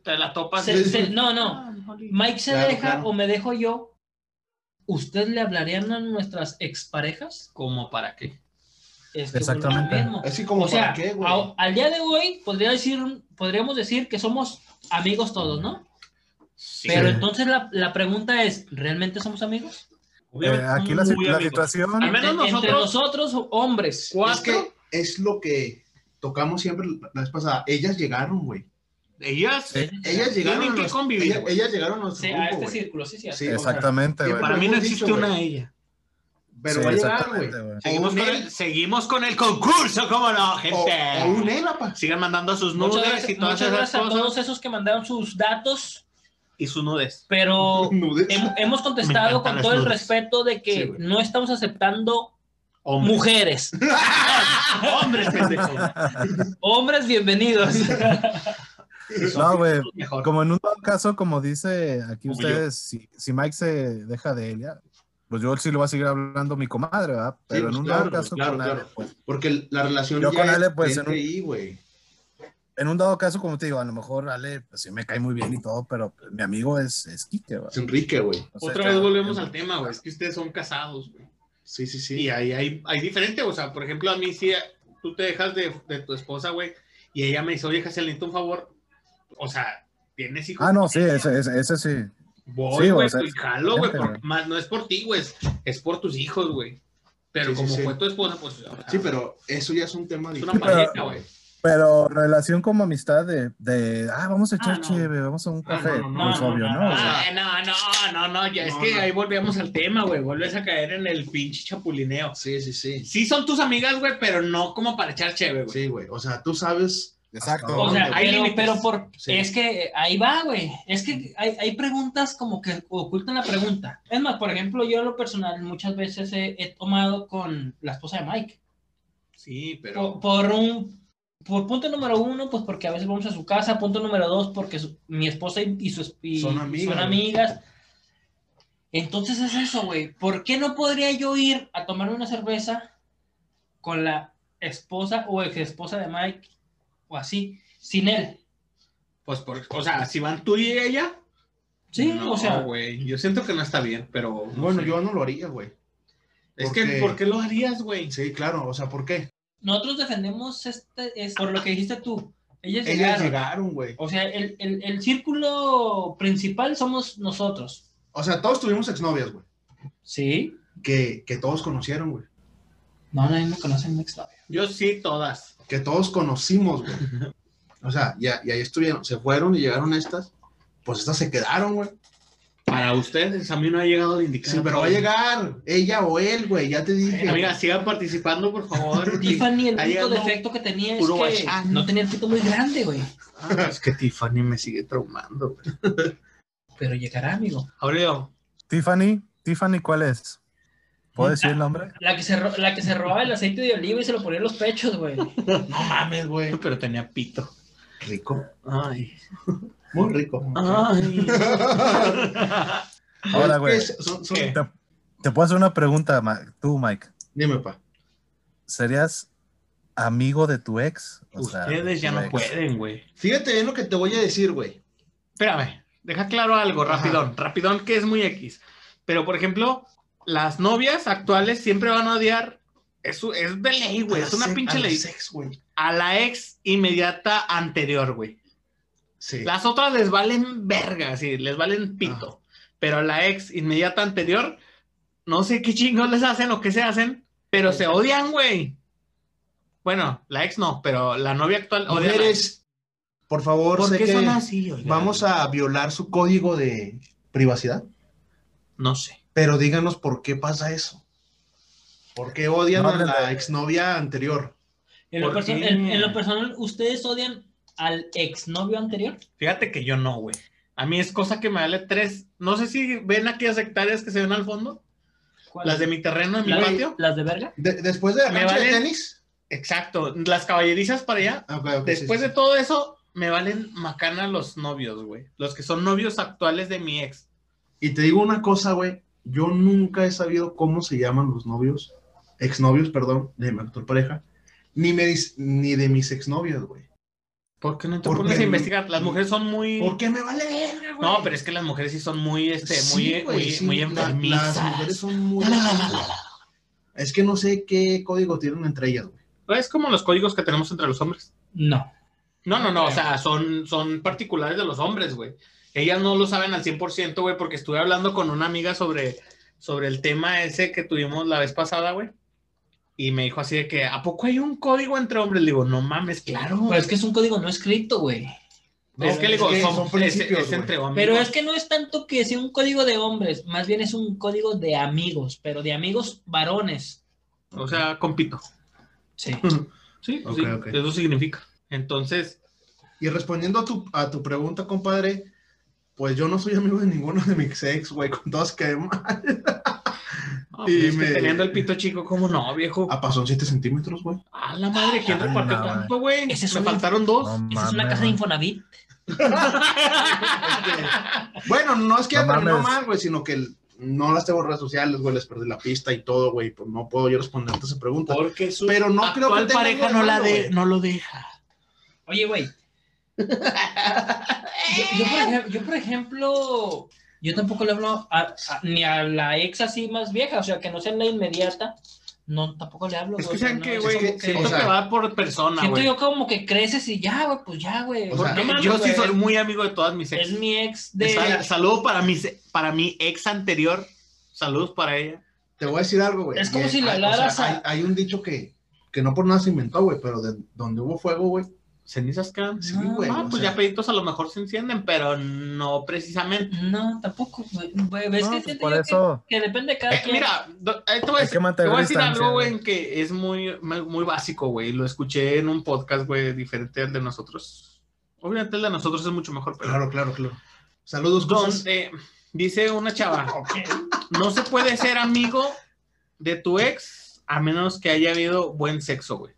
D: Te la topas.
C: se- se- no, no. Mike se
E: Claro,
C: deja
E: claro.
C: o me dejo yo. ¿Usted le hablarían a nuestras exparejas?
D: ¿Cómo para qué?
C: Es que
A: Exactamente.
C: vuelvo a lo mismo.
E: Es que como
C: O sea,
E: para qué, güey.
C: a- al día de hoy podría decir, podríamos decir que somos amigos todos, ¿no?
D: Sí.
C: Pero entonces la, la pregunta es, ¿realmente somos amigos?
A: eh, aquí la,
D: Muy
A: la
D: amigos.
A: situación.
D: Al menos
C: Entre- Entre
D: nosotros-
C: nosotros, hombres.
D: ¿Cuatro?
E: Es que es lo que tocamos siempre la- la vez pasada. Ellas llegaron, güey.
D: Ellas
A: Sí.
E: Ellas
D: tienen
E: llegaron. a
D: que
E: nuestro-
D: convivir,
E: ella-
D: güey.
E: Ellas llegaron a nuestro
C: Sí, a
E: grupo,
C: este
E: güey.
C: cieramente. círculo, sí, sí.
E: Sí, o
A: Exactamente,
E: sea,
A: güey.
D: Para mí no
E: hemos
D: existe
E: dicho,
D: una
E: güey.
D: ella.
E: Pero
A: Sí,
E: va a llegar, güey.
A: exactamente, güey.
D: Seguimos
E: un
D: con,
E: él.
D: el, seguimos con el concurso, ¿cómo no,
E: O,
D: gente?
E: o un él, apa.
D: Sigan mandando sus nudes
C: Muchas gracias,
D: y todas
C: muchas
D: esas
C: gracias a
D: cosas.
C: todos esos que mandaron sus datos,
D: Y sus nudes.
C: pero
E: Nudes.
C: hem- hemos
D: Me
C: contestado
D: encantan
C: con
D: las
C: todo el
D: nudes.
C: respeto de que
E: Sí, güey.
C: no estamos aceptando
D: Hombres.
C: mujeres.
D: Hombres, pendejo.
C: Hombres, bienvenidos.
A: No, güey.
D: Mejor.
A: Como en un dado caso, como dice aquí
D: Como
A: ustedes, si, si Mike se deja de ella, pues yo sí lo voy a seguir hablando mi comadre, ¿verdad? Pero
E: pues
A: en un
E: claro,
A: dado caso
E: claro,
A: con Ale,
E: claro.
A: pues,
E: Porque la relación
A: Yo
E: ya
A: con
E: es
A: Ale, pues, en
E: diferente
A: un-
E: ahí, güey.
A: en un dado caso, como te digo, a lo mejor Ale, pues sí me cae muy bien y todo, pero pues, mi amigo es, es Quique, ¿verdad?
E: Es Enrique, güey.
A: O sea,
D: Otra vez volvemos al tema, güey. Es que ustedes son casados, güey.
E: Sí, sí, sí.
D: Y ahí hay, hay diferente, o sea, por ejemplo, a mí si tú te dejas de, de tu esposa, güey, y ella me dice, oye, Hazel, necesito un favor. O sea, ¿tienes hijos?
A: Ah, no, sí, ese, ese, ese sí.
D: Voy,
A: Sí,
D: güey,
A: o sea,
D: pues, jalo, güey,
A: gente,
D: por- más no es por ti, güey, es, es por tus hijos, güey. Pero
E: Sí, sí,
D: como
E: sí.
D: fue tu esposa, pues... o sea,
E: Sí, pero eso ya es un tema
D: Es una
E: diferente.
D: pareja, güey.
A: Pero relación como amistad de, de ah, vamos a echar
C: Ah, no.
A: cheve, vamos a un
E: Ah, no,
A: café,
E: no, no,
A: pues
C: no,
A: obvio,
C: no,
A: ¿no?
C: no,
A: O sea,
D: Ah, no, no, no, no, ya es
E: No,
D: que
E: no.
D: ahí volvemos al tema, güey. Vuelves a caer en el pinche chapulineo.
E: Sí, sí, sí.
D: Sí son tus amigas, güey, pero no como para echar chévere, güey.
E: Sí, güey. O sea, tú sabes.
A: Exacto.
E: hasta
C: o sea,
E: dónde,
D: hay
C: pero,
D: límites.
C: pero por,
E: Sí.
C: es que ahí va, güey. Es que hay, hay preguntas como que ocultan la pregunta. Es más, por ejemplo, yo en lo personal muchas veces he, he tomado con la esposa de Mike.
D: Sí,
C: Por,
D: pero...
C: por un por punto número uno, pues porque a veces vamos a su casa. Punto número dos, porque su- mi esposa y, y su esp- y-
E: Son amigas,
C: son
E: güey.
C: amigas. Entonces es eso, güey. ¿Por qué no podría yo ir a tomarme una cerveza con la esposa o ex esposa de Mike o así, sin él?
D: Pues, por, o sea, si van tú y ella...
C: Sí,
D: no,
C: o sea,
D: güey, yo siento que no está bien, pero... no
E: Bueno,
D: sé.
E: yo no lo haría, güey.
D: Es
E: ¿por
D: que,
E: qué?
D: ¿por qué lo harías, güey?
E: Sí, claro. O sea, ¿por qué?
C: nosotros defendemos este, es- por lo que dijiste tú. Ellas
E: Ellas
C: llegaron.
E: llegaron, güey.
C: O sea, el, el- el círculo principal somos nosotros.
E: O sea, todos tuvimos exnovias, güey.
C: Sí.
E: Que, que todos conocieron, güey.
C: No, nadie me conoce en Mixed
D: Yo sí, todas.
E: Que todos conocimos, güey. O sea, y, a- y ahí estuvieron. Se fueron y llegaron estas. Pues estas se quedaron, güey.
D: Para ustedes, a mí no ha llegado la indicación.
E: Sí, pero va a llegar ella o él, güey. Ya te dije.
D: Amiga, sigan participando, por favor.
C: Tiffany, el
D: Ahí
C: único
D: ando
C: defecto que tenía es
D: puro
C: que
D: guachán.
C: no tenía el pito muy grande, güey.
D: Ah, es que Tiffany me sigue traumando, güey.
C: Pero llegará, amigo.
D: Aurelio,
A: Tiffany, Tiffany, ¿cuál es? ¿Puedo decir el nombre?
C: La que, se ro- la que se robaba el aceite de oliva y se lo ponía en los pechos, güey.
E: No mames, güey.
D: pero tenía pito.
E: Rico.
D: Ay.
E: Muy rico.
D: Ay.
A: Ahora, güey.
E: Es que son- son-
D: ¿Qué?
A: Te puedo hacer una pregunta, Ma- tú, Mike.
E: Dime, pa.
A: ¿Serías amigo de tu ex. o sea, de
D: Ustedes ya
A: tu
D: no
A: ex.
D: pueden, güey.
E: Fíjate bien lo que te voy a decir, güey.
D: Espérame, deja claro algo,
E: Ajá.
D: rapidón, rapidón que es muy X. Pero, por ejemplo, las novias actuales siempre van a odiar, eso es de ley, güey,
E: A
D: es
E: la
D: una
E: sex-
D: pinche
E: a la
D: ley,
E: sex, güey.
D: a la ex inmediata anterior, güey.
E: Sí.
D: Las otras les valen verga, sí, les valen pito. Pero a la ex inmediata anterior, no sé qué chingos les hacen o qué se hacen, pero se odian, güey. Bueno, la ex no, pero la novia actual odia a la ex.
E: Mujeres, por favor,
D: ¿Por
E: sé
D: qué
E: que
D: son así? oigan?
E: vamos a violar su código de privacidad,
D: No sé.
E: pero díganos por qué pasa eso. ¿Por qué odian
A: No
E: a
A: hablen
E: la
A: de-
E: exnovia anterior?
C: En lo,
D: ¿Por
C: perso-
D: qué?
C: en- en lo personal, ¿ustedes odian al exnovio anterior?
D: Fíjate que yo no, güey. A mí es cosa que me vale tres. No sé si ven aquellas hectáreas que se ven al fondo,
C: ¿Cuál?
D: las de mi terreno, en mi
C: ¿Las-
D: patio.
C: ¿Las de verga?
E: De- después de la
D: Me
E: cancha de
D: vale-
E: tenis.
D: Exacto, las caballerizas para allá.
E: Ah, ok, ok, sí,
D: Después
E: sí.
D: de todo eso, me valen macana los novios, güey. Los que son novios actuales de mi ex.
E: Y te digo una cosa, güey. Yo nunca he sabido cómo se llaman los novios, exnovios, perdón, de mi actual pareja, ni, me, dis- ni de mis exnovias, güey.
D: ¿Por qué no te
E: ¿Por
D: pones
E: qué?
D: a investigar? Las mujeres son muy.
E: ¿Por qué me vale verga, güey?
D: No, pero es que las mujeres sí son muy, este,
E: Sí,
D: muy,
E: güey,
D: muy,
E: sí,
D: muy
E: la-
D: enfermizas.
E: Las mujeres son muy.
D: La, la, la, la,
E: Es que no sé qué código tienen entre ellas, güey.
D: Es como los códigos que tenemos entre los hombres.
C: No.
D: No, no, no, o sea, son, son particulares de los hombres, güey. Ellas no lo saben al 100%, güey, porque estuve hablando con una amiga sobre, sobre el tema ese que tuvimos la vez pasada, güey. Y me dijo así de que, ¿a poco hay un código entre hombres? Le digo, no mames, claro.
C: Pero es que es un código no escrito, güey.
D: es que le digo,
E: Pues, es que
D: son,
E: son
D: es-
E: principios,
D: es
E: güey.
D: entre hombres.
C: Pero es que no es tanto que sea un código de hombres, más bien es un código de amigos, pero de amigos varones.
D: O sea, compito.
C: Sí.
D: Sí,
E: Ok,
D: sí,
E: ok.
D: eso significa. Entonces,
E: Y respondiendo a tu, a tu pregunta, compadre, pues yo no soy amigo de ninguno de mis ex, güey. Con todas que
D: ah,
E: Y
D: pues es que
E: me-
D: teniendo el pito chico, ¿cómo no, viejo?
E: a pasón 7 centímetros, güey.
D: Ah, la madre, ¿quién
A: Ay,
D: repartió
A: no,
D: tanto, güey? Me
C: Ese es un-
D: faltaron dos.
A: No
C: Esa es una
A: mames,
C: casa de Infonavit.
E: Bueno, no es que
A: No
E: no terminó
A: mames.
E: mal, güey, sino que el- no las tengo en redes sociales, güey. Les perdí la pista y todo, güey. Pues no puedo yo responderte esa pregunta.
D: Porque su
E: Pero no creo que
D: actual
E: tenga
D: pareja
E: algo de
D: no, la
E: malo,
D: de,
E: güey.
D: no lo deja.
C: Oye, güey. Yo, yo por ejem- yo, por ejemplo, yo tampoco le hablo a- a- ni a la ex así más vieja, o sea, que no sea la inmediata. No, tampoco le hablo.
D: Es
C: güey,
D: que
C: o sea,
D: saben
C: no,
D: que,
C: es
D: güey,
C: como que-
D: siento
E: o sea,
D: que va por persona,
C: siento
D: güey.
C: yo como que creces y ya, güey, pues ya, güey.
E: O
C: Porque
E: sea,
D: Porque
C: no mames,
D: yo sí
C: güey,
D: soy
C: es-
D: muy amigo de todas mis
C: Es
D: ex.
C: mi ex
D: Sal-
C: de...
D: saludo para mi, para mi ex anterior. Saludos para ella.
E: Te voy a decir algo, güey.
C: Es como
E: Eh,
C: si le
E: hay- o sea,
C: hablaras a-
E: hay, hay un dicho que, que no por nada se inventó, güey, pero de donde hubo fuego, güey.
D: ¿Cenizas quedan?
E: Sí,
C: No,
E: güey.
D: ah,
E: o
D: pues
E: sea,
D: ya peditos a lo mejor se encienden, pero no precisamente.
C: No, tampoco, güey. güey. ¿Ves
A: No,
C: que
A: pues
C: siento
A: por
C: yo que-
A: eso
C: que, depende de cada
D: Eh,
C: quien?
D: mira, do- eh, te voy a
A: hay
D: decir,
A: que
D: te
A: mantener
D: voy a decir
A: distancia.
D: algo, güey, en que es muy, muy muy básico, güey. Lo escuché en un podcast, güey, diferente al de nosotros. Obviamente el de nosotros es mucho mejor, pero...
E: Claro, claro, claro. Saludos, cosas.
D: donde dice una chava, no se puede ser amigo de tu ex a menos que haya habido buen sexo, güey.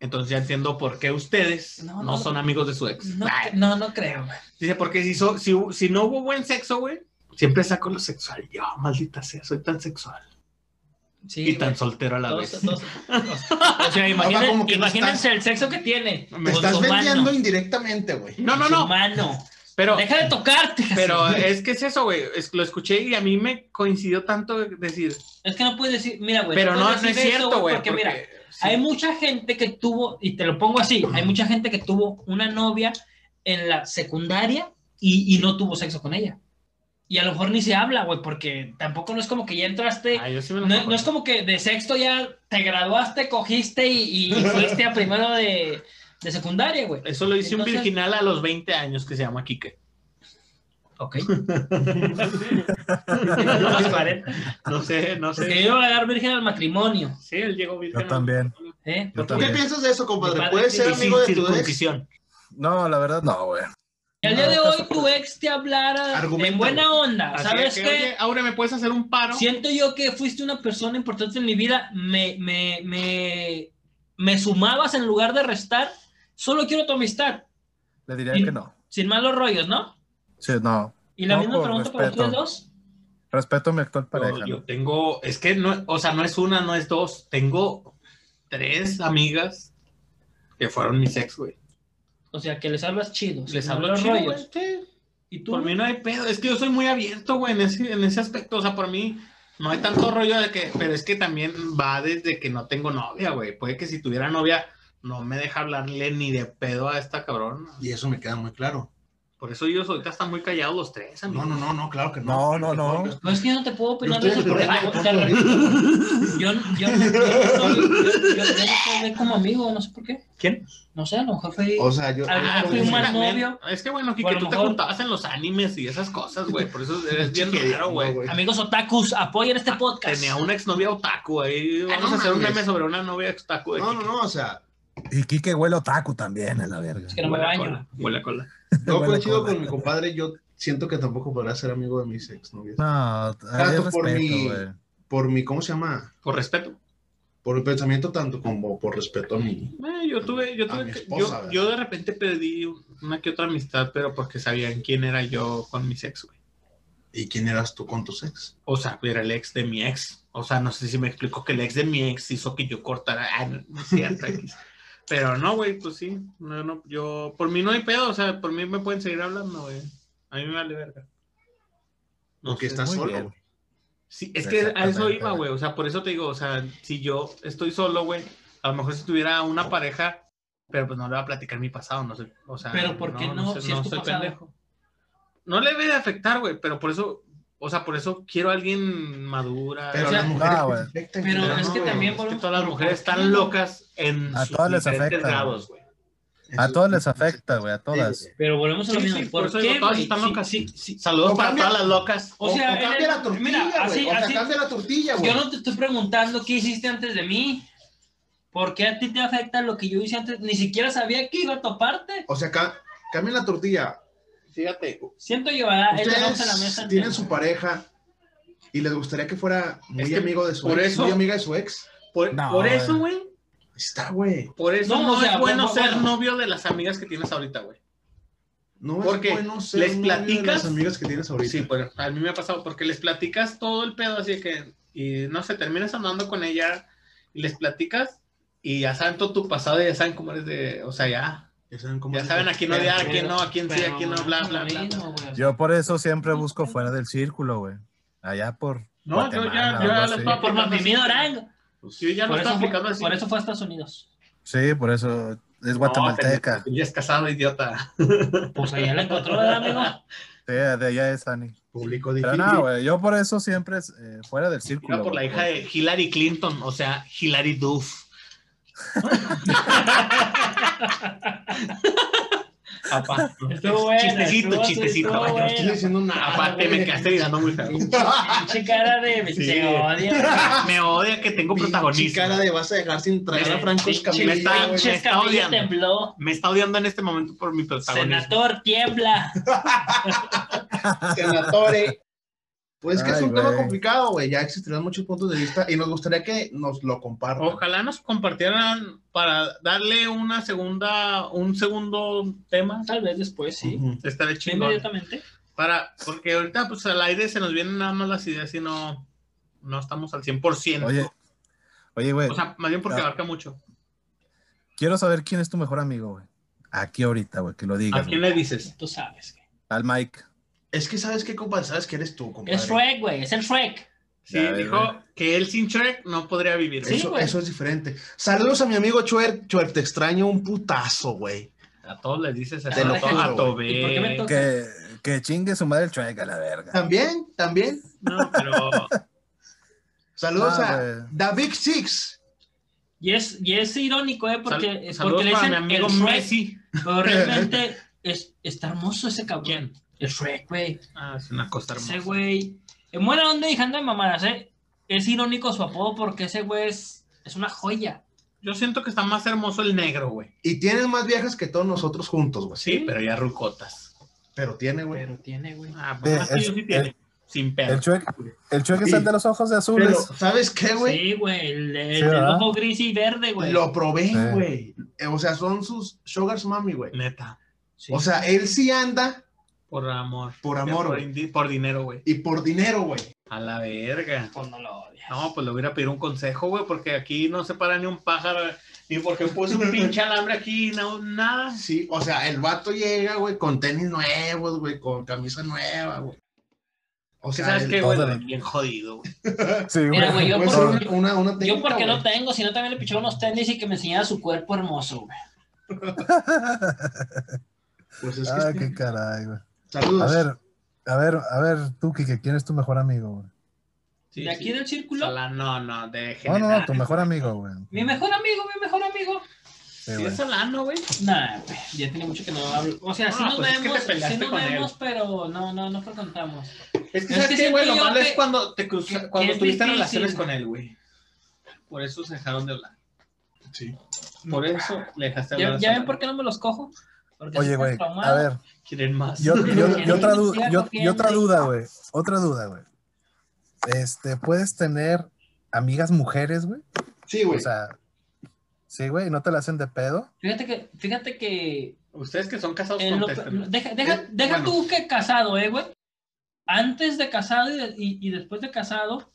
D: Entonces ya entiendo por qué ustedes
C: No,
D: no,
C: no.
D: son amigos de su ex.
C: No,
D: Ay,
C: no, no creo, güey.
D: Dice, porque si, so- si, hu- si no hubo buen sexo, güey, siempre saco lo sexual. Yo, maldita sea, soy tan sexual
C: Sí,
D: y tan
C: güey.
D: soltero a la
C: Todos-
D: vez.
C: todos- todos. O sea, imaginen-
E: como que me
C: imagínense
E: estás-
C: el sexo que tiene.
D: Me
E: Me
C: con
E: estás
C: su mano,
E: vendiendo indirectamente, güey.
D: No, no,
C: con su
D: no,
C: mano.
D: pero...
C: Deja de tocarte.
D: Pero eh, es que es eso, güey. es- lo escuché y a mí me coincidió tanto decir.
C: Es que no puedes decir, mira, güey.
D: pero no,
C: puedes
D: no es
C: Pues decir eso,
D: cierto, güey.
C: Porque,
D: porque-
C: mira,
D: sí.
C: hay mucha gente que tuvo, y te lo pongo así, hay mucha gente que tuvo una novia en la secundaria y, y no tuvo sexo con ella. Y a lo mejor ni se habla, güey, porque tampoco no es como que ya entraste.
D: Ah, yo sí me lo
C: No,
D: acuerdo.
C: no es como que de sexto ya te graduaste, cogiste y, y fuiste a primero de, de secundaria, güey.
D: Eso lo hice
C: Entonces-
D: un virginal a los 20 años que se llama Quique.
C: Ok. Más cuarenta.
D: No sé, no
C: Porque
D: sé.
C: yo iba a dar virgen al matrimonio.
D: Sí, él llegó virgen.
A: Yo también.
C: ¿eh?
A: Yo
E: ¿Tú
A: también.
E: qué piensas de eso, compadre?
C: Vale,
E: ¿Puedes
C: sí,
E: ser
D: Y sin
E: amigo de tu ex?
D: circuncisión.
A: No, la verdad, no, güey.
C: Y al día de
A: No,
C: hoy
A: estás-
C: tu ex te hablara
E: Argumenta,
C: en buena onda.
D: Así
C: ¿Sabes
D: de
C: qué?
D: que, oye, Aure, ¿me puedes hacer un paro?
C: Siento yo que fuiste una persona importante en mi vida. Me, me, me, me sumabas en lugar de restar. Solo quiero tu amistad.
A: Le diría
C: Sí.
A: que no.
C: Sin malos rollos, ¿no?
A: Sí, no.
C: Y la
A: No,
C: misma
A: por
C: pregunta para
A: respeto.
C: ustedes dos.
A: Respeto a mi actual
D: No,
A: pareja.
D: yo
A: ¿no?
D: tengo, es que no, o sea, no es una, no es dos. Tengo tres amigas que fueron mis ex, güey.
C: O sea, que les hablas chido.
D: Les
C: sin
D: hablo
C: hablar
D: chido,
C: rollos.
D: güey, sí.
C: Y tú,
D: Por mí no hay pedo. Es que yo soy muy abierto, güey, en ese, en ese aspecto. O sea, por mí no hay tanto rollo de que. Pero es que también va desde que no tengo novia, güey. Puede que si tuviera novia, no me deja hablarle ni de pedo a esta cabrona.
E: Y eso me queda muy claro.
D: Por eso ellos ahorita están muy callados los tres, amigo.
E: No, no, no, no, claro que no.
A: No, no, no.
C: no es que yo no te puedo opinar
E: Yo
C: de
E: estoy
C: eso porque
E: esperando
C: te-
E: el
C: te
E: punto de
C: re- yo, yo, yo, no soy- yo- yo- yo no te hablé como amigo, no sé por qué.
D: ¿Quién?
C: No sé, a lo mejor fue.
E: O sea, yo.
C: Ah,
E: yo-
C: fui un mal
D: también.
C: novio.
D: Es que bueno, Kike,
C: Por lo
D: tú te
C: mejor-
D: juntabas en los animes y esas cosas, güey. Por eso eres bien
E: Qué
D: raro, güey.
E: güey.
C: Amigos otakus, apoyen este podcast.
D: Ah, Tenía una exnovia otaku ahí.
E: Ah,
D: Vamos
E: no
D: a hacer un
E: mames.
D: meme sobre una novia otaku. De
E: No, no,
D: Kike.
E: no, o sea,
A: Y Kike huele otaku también, a la verga.
C: Es que no me
D: Huele a
C: baño.
D: cola, huele a cola.
E: no
A: Huele
E: coincido
A: cola.
E: con mi compadre, yo siento que tampoco podrá ser amigo de mis exnovias.
A: No, hay
E: Trato
A: respeto,
E: por mi-
A: güey.
E: Por mi, ¿cómo se llama?
D: Por respeto.
E: Por el pensamiento tanto como por respeto a mi.
D: Eh, yo tuve, yo
E: A
D: tuve,
E: mi
D: que-
E: esposa,
D: yo,
E: ¿verdad?
D: yo de repente perdí una que otra amistad, pero porque sabían quién era yo con mis ex, güey.
E: ¿Y quién eras tú con tus ex?
D: O sea, era el ex de mi ex. O sea, no sé si me explico que el ex de mi ex hizo que yo cortara. Ah, no, no es cierto, X. Pero no, güey, pues sí. No, no, yo, por mí no hay pedo, o sea, por mí me pueden seguir hablando, güey. A mí me vale verga. No
E: Porque
D: sé.
E: estás
A: muy
E: solo.
A: bien.
E: güey.
D: Sí, es que a eso
A: Exactamente.
D: iba, güey. O sea, por eso te digo, o sea, si yo estoy solo, güey, a lo mejor si tuviera una pareja, pero pues no le va a platicar mi pasado, no sé. O sea,
C: Pero ¿por qué no?
D: sé-
C: Si es tu pasado.
D: No le debe de afectar, güey, pero por eso, o sea, por eso quiero a alguien madura.
E: Pero
D: o sea,
E: las
A: no,
E: mujeres.
A: güey.
E: que se afectan,
C: Pero
E: claro,
C: es que
E: güey.
C: también-
D: es que todas las
C: ¿por
D: mujeres
C: qué
D: están
C: no?
D: locas en
A: A
D: sus
A: todas les
D: diferentes
A: afecta,
D: grados, güey.
A: A
E: Eso-
A: todos les afecta, güey, a todas.
E: Sí,
C: Pero volvemos a lo
D: Sí,
C: mismo.
D: sí, por
C: ¿Por,
D: eso
C: qué?
D: digo, todas
C: güey?
D: están
C: Sí,
D: locas.
C: sí, sí.
D: Saludos
E: O
D: para
E: cambia-
D: todas las locas.
C: O sea, en
E: cambia
C: el-
E: la tortilla,
C: mira,
E: güey,
C: así-
E: o sea,
C: así-
E: cambia la tortilla, güey.
C: Yo no te estoy preguntando qué hiciste antes de mí. ¿Por qué a ti te afecta lo que yo hice antes? Ni siquiera sabía que iba a toparte.
E: O sea, ca- cambia la tortilla.
D: Fíjate,
C: Siento llevar Ah, el vamos a la
E: Ustedes
C: mesa.
E: tienen su pareja y les gustaría que fuera muy
D: Es que
E: amigo de su
D: por
E: ex,
D: eso-
E: muy amiga de su ex.
D: por,
A: No,
D: por eso,
A: güey.
D: güey,
E: Ahí está, güey.
D: Por eso
C: No,
D: no,
C: o sea,
D: es bueno
C: bueno,
D: ser
C: bueno.
D: novio de las amigas que tienes ahorita, güey.
E: No
D: Porque
E: es bueno ser
D: les
E: un novio de
D: platicas-
E: las amigas que tienes ahorita.
D: Sí, bueno, a mí me ha pasado porque les platicas todo el pedo, así que, y no sé, terminas andando con ella y les platicas y ya saben todo tu pasado y ya saben cómo eres de, o sea, ya,
E: ya saben cómo
D: ya
E: se-
D: saben a quién odiar, a
C: Pero-
D: quién no, a quién sí, a quién no, bla, bla, bla. bla.
A: Yo por eso siempre busco fuera del círculo, güey. Allá por.
D: No, yo ya,
A: Guatemala,
D: yo
A: algo
D: ya lo
A: así.
D: estaba
C: Por
D: aplicando
C: mi
D: así.
C: Durango.
D: Yo ya lo
C: Por
D: estaba
C: eso,
D: aplicando
C: fue,
D: así.
C: por eso fue a Estados Unidos.
A: Sí, por eso es
D: No,
A: guatemalteca.
D: pendejo, Ya es casado, idiota.
C: Pues allá la encontró, ¿verdad, amigo?
A: Sí, de allá es Ani.
E: Público
A: Pero
E: difícil.
A: no, güey, yo por eso siempre es, eh, fuera del círculo.
D: Iba por la
A: güey,
D: hija de Hillary Clinton, o sea, Hillary Duff. Apá.
C: Estuvo bueno,
D: chistecito,
C: estuvo-
D: chistecito.
C: estuvo
D: yo no
E: Estoy
D: estoy-
E: diciendo nada.
D: Aparte, me
E: güey.
D: quedaste mirando muy feo.
C: Pinche cara de
D: Sí.
C: se odia.
D: Me odia que tengo
E: Pinche cara
D: protagonismo.
E: de vas a dejar sin traer a
D: Eh,
E: Franco
D: pinche
E: Escamilla,
D: neta.
E: güey.
C: Pinche
D: está
C: cabello
D: odiando.
C: tembló.
D: Me está odiando en este momento por mi protagonismo.
C: Senador, tiembla.
E: Senatore. Pues es que es
A: Ay,
E: un tema
A: güey.
E: complicado, güey. Ya existirán muchos puntos de vista y nos gustaría que nos lo compartan.
D: Ojalá nos compartieran para darle una segunda, un segundo tema.
C: Tal vez después, sí.
E: Ujú.
D: Estaré chingón.
C: Inmediatamente.
D: Para, porque ahorita pues al aire se nos vienen nada más las ideas y no, no estamos al 100%.
A: Oye, oye, güey,
D: o sea, más bien porque
A: ya.
D: abarca mucho.
A: quiero saber quién es tu mejor amigo, güey. Aquí ahorita, güey, que lo
D: ¿A
A: digas.
D: quién
A: güey.
D: le dices?
C: Tú sabes. güey.
A: Al Mike.
E: Es que sabes qué, compadre, sabes que eres tú, compadre.
C: Es Shrek, güey. Es el Shrek.
D: Sí,
A: Ya,
D: dijo
A: güey.
D: que él sin Shrek no podría vivir.
C: Sí,
E: eso,
C: güey.
E: eso es diferente. Saludos a mi amigo Chuer. Chuer, te extraño un putazo, güey.
D: A todos les dices eso.
E: Te lo
D: a
E: juro, güey.
D: Tobé.
C: ¿Y por qué me to-
A: Que, que chingue su madre el chueca, la verga.
E: También, también.
D: No, pero
E: Saludos
A: Ah,
E: a
A: güey.
E: The Big Six.
C: Y es, y es irónico, ¿eh? Porque,
D: sal-
C: es
D: saludos
C: porque le
D: para
C: dicen
D: mi amigo
C: el Shrek,
D: Messi.
C: pero realmente es, está hermoso ese cabrón.
D: ¿Quién?
C: El Shrek, güey.
D: Ah, es una cosa hermosa.
C: Ese güey. En buena onda dejando de mamadas, ¿eh? Es irónico su apodo porque ese güey es, es una joya.
D: Yo siento que está más hermoso el negro, güey.
E: Y tienen más viejas que todos nosotros juntos, güey.
D: Sí, pero ya rucotas.
E: Pero tiene, güey.
C: tiene, güey.
D: Ah, pues
A: Sí,
D: más que
A: es-
D: yo sí tiene. Sin pedo.
A: El chueca, el Chueca es el de los ojos de
E: Pero,
A: azules.
E: ¿sabes qué, güey?
C: Sí, güey. El, el-
A: Sí,
C: el
A: ¿verdad?
C: ojo gris y verde, güey.
E: Lo probé,
A: Sí.
E: güey. Eh, O sea, son sus sugars mami, güey.
D: Neta.
C: Sí.
E: O sea, él sí anda
D: Por amor.
E: por amor,
D: Por,
E: güey.
D: indi- por dinero, güey.
E: Y por dinero, güey.
D: A la verga.
C: Pues no lo odias.
D: No, pues le voy a ir a pedir un consejo, güey, porque aquí no se para ni un pájaro, ni porque puse un pinche alambre aquí, no, nada.
E: Sí, o sea, el vato llega, güey, con tenis nuevos, güey, con camisa nueva, güey. O
D: Que
E: sea,
D: sabes
E: el-
D: qué, güey,
A: Órale.
D: bien jodido, güey.
A: Sí, Pues, ah,
C: Mira, güey, yo
E: puede
C: por-
E: ser una, una
C: Yo
E: técnica,
C: porque no
E: güey.
C: tengo, sino también le pichaba unos tenis y que me enseñara su cuerpo hermoso, güey.
E: Pues es que
A: Ah,
E: este-
A: qué caray, güey. A
E: Saludos.
A: ver, a ver, a ver, tú, Kike, ¿quién es tu mejor amigo, güey?
D: Sí,
C: de aquí
D: sí.
C: del círculo,
D: Solano, no, no, de
A: No,
D: general.
A: no, no, tu mejor amigo, güey.
C: mi mejor amigo, mi mejor amigo.
A: Sí,
D: Sí,
A: güey.
D: es Solano, güey.
C: Nah, güey, ya tiene mucho que no hablo. O sea, sí
D: Ah,
C: nos
D: pues es que
C: vemos,
D: te peleaste
C: sí nos
D: con él.
C: vemos, pero no, no, no frecuentamos.
D: Es que,
C: Es
D: ¿sabes
C: que
D: qué, güey? Lo
C: siento yo
D: malo es
C: que-
D: cuando, te cruz-
C: que- que
D: cuando
C: es
D: tuviste
C: difícil,
D: relaciones
C: güey.
D: con él, güey. Por eso se dejaron de hablar.
E: Sí.
D: Por eso le dejaste de
C: ¿Ya,
D: hablar.
C: ya ven por qué no me los cojo? Porque
A: Oye,
C: estoy
A: güey, a
C: traumado.
A: ver,
D: Quieren más.
A: yo, yo- yo otra, du-
C: Ciencia,
A: yo- yo otra
C: ciencia.
A: duda, güey. Otra duda, güey. Este, ¿puedes tener amigas mujeres, güey?
E: Sí, güey.
A: O sea, sí, güey, no te la hacen de pedo.
C: Fíjate que, fíjate que
D: Ustedes que son casados,
C: en lo-
D: contesten.
C: deja deja,
D: Eh,
C: deja
D: bueno.
C: tú que casado, eh, güey. Antes de casado y, de- y- y después de casado,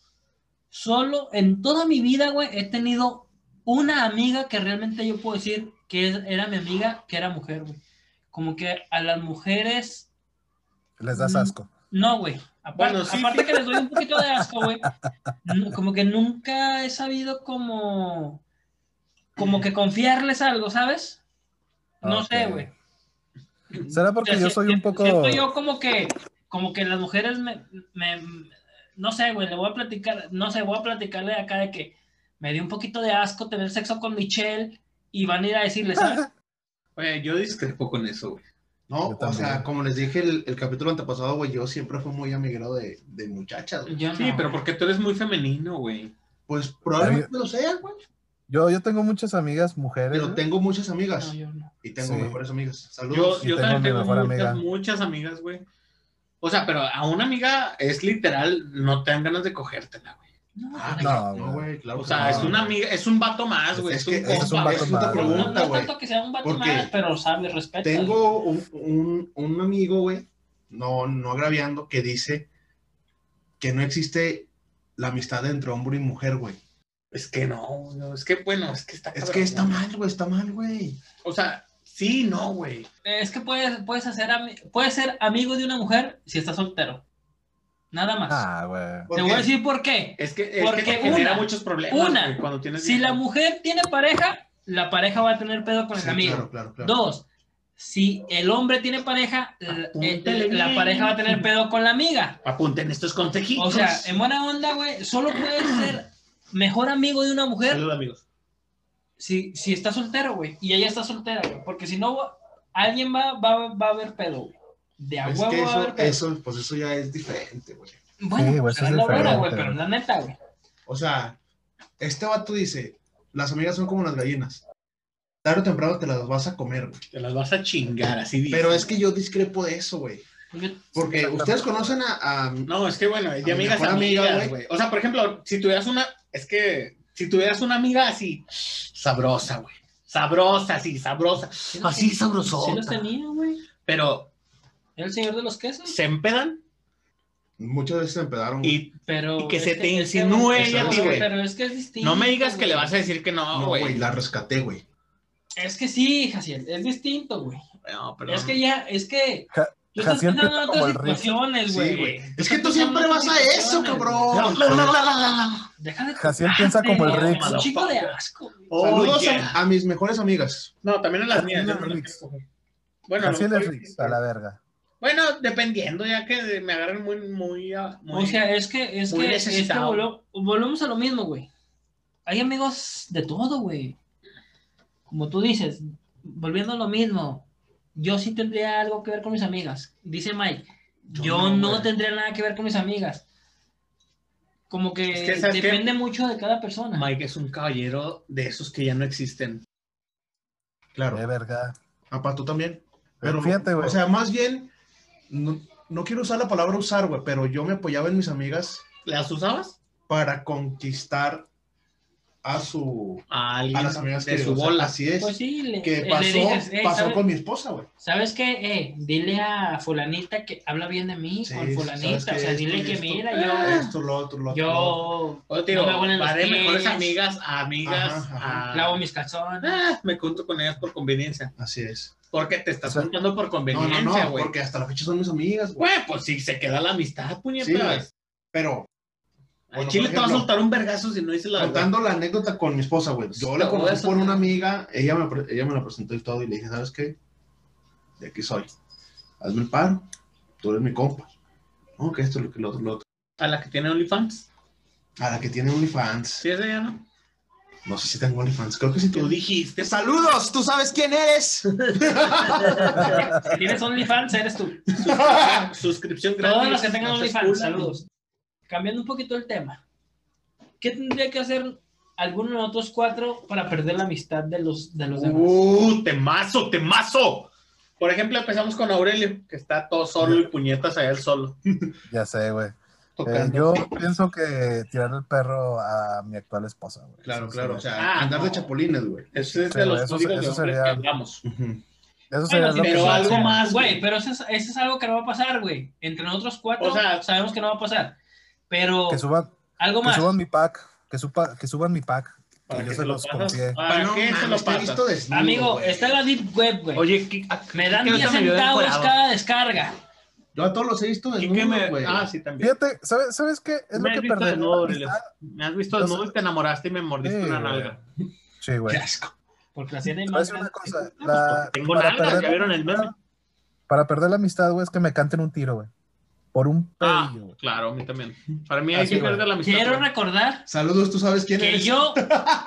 C: solo en toda mi vida, güey, he tenido una amiga que realmente yo puedo decir que es- era mi amiga, que era mujer, güey. Como que a las mujeres,
A: Les das
C: Mm.
A: asco.
C: no, güey. Apar-
D: Bueno, sí,
C: aparte que les doy un poquito de asco, güey. nu- Como que nunca he sabido como, como que confiarles algo, ¿sabes? No sé,
A: Ok.
C: güey.
A: ¿Será porque yo
C: Sie-
A: soy un poco...
C: Siento yo como que, como que las mujeres me, me- no sé, güey, le voy a platicar, no sé, voy a platicarle acá de que me dio un poquito de asco tener sexo con Michelle y van a ir a decirle, ¿sabes?
D: Oye, yo discrepo con eso, güey.
E: No,
A: Yo
E: o sea,
A: también.
E: como les dije el, el capítulo antepasado, güey, yo siempre fui muy amiguero de, de muchachas, güey.
C: Yo
D: Sí,
C: no.
D: pero porque tú eres muy femenino, güey.
E: Pues probablemente lo sea, güey.
A: Yo, yo tengo muchas amigas mujeres.
E: Pero
A: güey.
E: tengo muchas amigas
C: No, yo no.
E: y tengo
A: Sí.
E: mejores amigas.
D: Yo,
E: Saludos.
A: Sí,
D: yo
A: tengo
D: también
A: mi
D: tengo
A: mejor
D: muchas,
A: amiga.
D: muchas amigas, güey. O sea, pero a una amiga es literal, no te dan ganas de cogértela, güey.
C: No,
E: Ah,
C: güey.
E: no,
A: No,
E: no, güey, claro.
D: O
E: que
D: sea,
E: no,
D: es una
E: güey.
D: amiga, es un vato más, güey.
E: Es
D: Es,
E: que
D: un
E: es
D: compa,
E: un
D: güey.
E: vato
A: más,
E: más.
A: güey.
C: No- no
E: pregunta,
C: es
E: güey.
C: tanto que sea un vato
E: ¿Por qué?
C: más, pero sabe, respeta.
E: Tengo un, un- un amigo, güey, no, no agraviando, que dice que no existe la amistad entre hombre y mujer, güey.
D: Es que no, no, es que bueno, es que está.
E: Es
D: cabrón,
E: que está
D: güey.
E: mal, güey, está mal, güey.
D: O sea, sí, no, güey.
C: Es que puedes, puedes, hacer ami- puedes ser amigo de una mujer si estás soltero. Nada más.
A: Ah, güey.
E: ¿Por
C: Te
E: qué?
C: voy a decir por qué.
D: Es que, es
C: Porque
D: que te genera
C: una-
D: muchos problemas
C: una,
D: güey, cuando tienes.
C: Si la mujer tiene pareja, la pareja va a tener pedo con el
E: Sí,
C: amigo.
E: Claro, claro, claro.
C: Dos, si el hombre tiene pareja, la,
D: Apúntale
C: eh, la
D: bien.
C: pareja va a tener pedo con la amiga.
D: Apunten estos consejitos.
C: O sea, en buena onda, güey, solo puedes ser mejor amigo de una mujer
D: Salud, amigos.
C: si, si está soltero, güey. Y ella está soltera, güey. Porque si no, alguien va, va, va a haber pedo, güey. De a
E: Es
C: huevo
E: que
C: va a haber
E: eso,
C: pedo.
E: eso, pues eso ya es diferente, güey.
C: Bueno,
A: Sí, güey,
C: pues,
A: eso es
C: es la buena,
A: diferente,
C: güey,
A: güey.
C: pero la neta, güey.
E: O sea, este vato dice, las amigas son como las gallinas. Tarde o temprano te las vas a comer, güey.
D: Te las vas a chingar, así dice.
E: Pero es que yo discrepo de eso, güey.
C: pues, Yo-
E: Porque ustedes conocen a... a-
D: No, es que bueno,
E: mi
D: de amigas
E: mejor amiga,
D: amigas,
E: güey.
D: güey. O sea, por ejemplo, si tuvieras una. Es que si tuvieras una amiga así. Sabrosa, güey. Sabrosa, sí, sabrosa. Así
C: Sí los
D: sabrosota.
C: tenía, güey.
D: Pero
C: Era el señor de los quesos.
D: se empedan
E: Muchas veces se empedaron, güey.
D: y
C: Pero.
D: Y que
C: es
D: se te
C: es que,
D: insinúe
C: güey,
E: ella a ti,
D: güey.
C: Pero es que es distinto.
D: no me digas que
C: güey.
D: le vas a decir que no,
E: No, güey,
D: güey.
E: la rescaté, güey.
C: Es que sí, Jaciel, es distinto, güey.
D: No, pero.
C: Es que ya, es que.
A: Ja-
C: Tú estás
A: Jaciel
C: pensando en
A: es como
C: otras
A: el Riff.
C: situaciones,
E: Sí,
C: güey.
E: güey. Es que tú
C: Estás
E: siempre
C: pensando
E: vas
C: en
E: a
C: otras
E: eso,
C: situaciones,
E: cabrón.
D: La, la, la, la, la, la.
C: güey. Deja de.
A: Jaciel piensa
C: tocarte,
A: como el
C: güey,
A: Rick.
C: Un chico de asco. güey.
D: Oh,
E: Saludos
D: yeah.
E: a, a mis mejores amigas.
D: No, también a las mías. yo
A: Jaciel Rix.
D: no las quiero. Bueno, a lo
A: Así es
D: mejor-
A: Rix, a la verga.
D: Bueno, dependiendo, ya que me agarran muy, muy, ah, muy-
C: O sea, es que, es
D: muy
C: que, es que
D: necesitado.
C: volvo- volvemos a lo mismo, güey. Hay amigos de todo, güey. Como tú dices, volviendo a lo mismo, yo sí tendría algo que ver con mis amigas. Dice Mike, yo,
E: no,
C: no,
E: güey.
C: tendría nada que ver con mis amigas. Como que,
D: Es que, ¿sabes qué?
C: depende mucho de cada persona.
D: Mike es un caballero de esos que ya no existen.
A: De
E: Claro.
A: verga.
E: Papá, tú también. Pero,
A: Fíjate, güey.
E: O sea, más bien, no, no quiero usar la palabra usar, güey, pero yo me apoyaba en mis amigas
D: ¿Las usabas?
E: para conquistar a su
D: A
E: a
D: alguien
E: las amigas
D: de
E: que
D: su
E: o sea,
D: bola.
E: así es.
C: Pues sí, le,
E: que
C: le
E: pasó,
C: dices, "Eh,
E: pasó
C: ¿sabes,
E: con mi esposa, güey.
C: ¿sabes qué? Eh, dile a fulanita que habla bien de mí
E: Sí,
C: con
E: ¿sabes qué?
C: fulanita. O sea,
E: Esto
C: dile
E: y
C: que
E: esto. Ah,
C: mira, yo...
E: Esto, lo otro, lo otro. lo otro.
C: Yo
D: O te digo,
C: No me huelen los
D: va de
C: pies.
D: mejores amigas a amigas.
E: Ajá, ajá.
D: a-
C: lavo mis calzones.
D: Ah, me junto con ellas por conveniencia.
E: Así es.
D: Porque te estás
A: O sea,
D: juntando por
E: No, no,
D: conveniencia, güey.
E: no, porque hasta la fecha son mis amigas, güey.
D: Güey, pues sí, se queda la amistad,
E: Sí, güey.
D: puñetas.
E: Pero
D: Al
E: Bueno,
D: Chile
E: por
D: te va a
E: ejemplo,
D: soltar un vergazo si no dices la verdad.
E: contando la anécdota con mi esposa, güey. Yo
D: Te
E: la
D: voy a
E: conocí por
D: soltar.
E: una amiga, ella me, pre- ella me la presentó y todo, y le dije, ¿sabes qué? De aquí soy. Hazme el paro, tú eres mi compa. No, que esto, lo que lo otro, lo otro.
D: A la que tiene OnlyFans.
E: A la que tiene OnlyFans.
D: Sí, esa ya no.
E: No sé si tengo OnlyFans, creo que sí
D: Tú
E: tú.
D: dijiste.
E: ¡Saludos! ¡Tú sabes quién eres!
C: Si tienes OnlyFans, eres tú.
D: Suscripción gratis.
C: Todos los que tengan
D: no seas
C: OnlyFans,
D: culo.
C: saludos. Cambiando un poquito el tema, ¿qué tendría que hacer alguno de nosotros cuatro para perder la amistad de los, de los demás?
D: ¡Uh! ¡Temazo, temazo! Por ejemplo, empezamos con Aurelio, que está todo solo y puñetas allá él solo.
A: Ya sé, güey. Eh,
E: Tocando.
A: yo pienso que tirar el perro a mi actual esposa, güey.
E: Claro,
A: Eso
E: claro, o
A: sería-
E: sea,
D: Ah,
E: andar
D: no.
E: de chapulines, güey.
D: Ese es
A: Sí,
D: de los
A: Eh, eso-
D: códigos de
A: eso
D: hombres
A: sería-
D: que hablamos.
A: Eso sería
C: Bueno, sí,
A: lo
D: pero
A: que-
D: algo
C: o sea,
D: más, güey.
C: güey. Pero eso es, eso es algo que no va a pasar, güey. Entre nosotros cuatro
D: O sea,
C: sabemos que no va a pasar. Pero
A: que suban,
C: algo
A: que
C: más.
A: suban mi pack, que, supa- que suban mi pack.
D: ¿Para
A: Y
D: qué
A: yo
D: se
A: se
D: lo
A: los
D: pasas?
A: confié.
D: ¿Para
E: Bueno,
D: qué se
E: Ah, mames,
D: lo
E: te he
D: pasas?
E: visto Ah, desnudo,
C: Amigo,
E: güey.
C: está la Deep Web, güey.
D: Oye, ¿qué- a-
C: Me dan
D: ¿qué
C: 10
D: ahorita me veo
C: centavos
D: encuerado?
C: cada descarga.
E: Yo a todos los he visto
D: ¿Qué-
E: desnudo,
D: qué me-
E: güey.
D: Ah, sí, también.
A: Fíjate, ¿sabes, ¿sabes qué? Es
D: me
A: lo
D: has
A: que
D: visto
A: perder.
D: desnudo, Aurelio. Me has visto
A: Yo
D: desnudo
A: sé-
D: y te enamoraste y me mordiste
A: Sí,
D: una
A: güey.
D: nalga.
A: Sí, güey.
E: Qué asco.
C: Porque la tienen
A: Te voy a
C: más
A: decir una
C: grande.
A: cosa. la-
D: Tengo
A: para,
D: nalgas, ya
A: perder,
D: vieron el meme.
A: para perder la amistad, güey, es que me canten un tiro, güey. Por un
D: Ah,
A: pedillo, güey.
D: claro, a mí también. Para mí hay
A: Así,
D: que
A: güey.
D: perder la amistad.
C: Quiero
D: güey.
C: recordar
E: Saludos, tú sabes quién
C: que
E: eres.
C: yo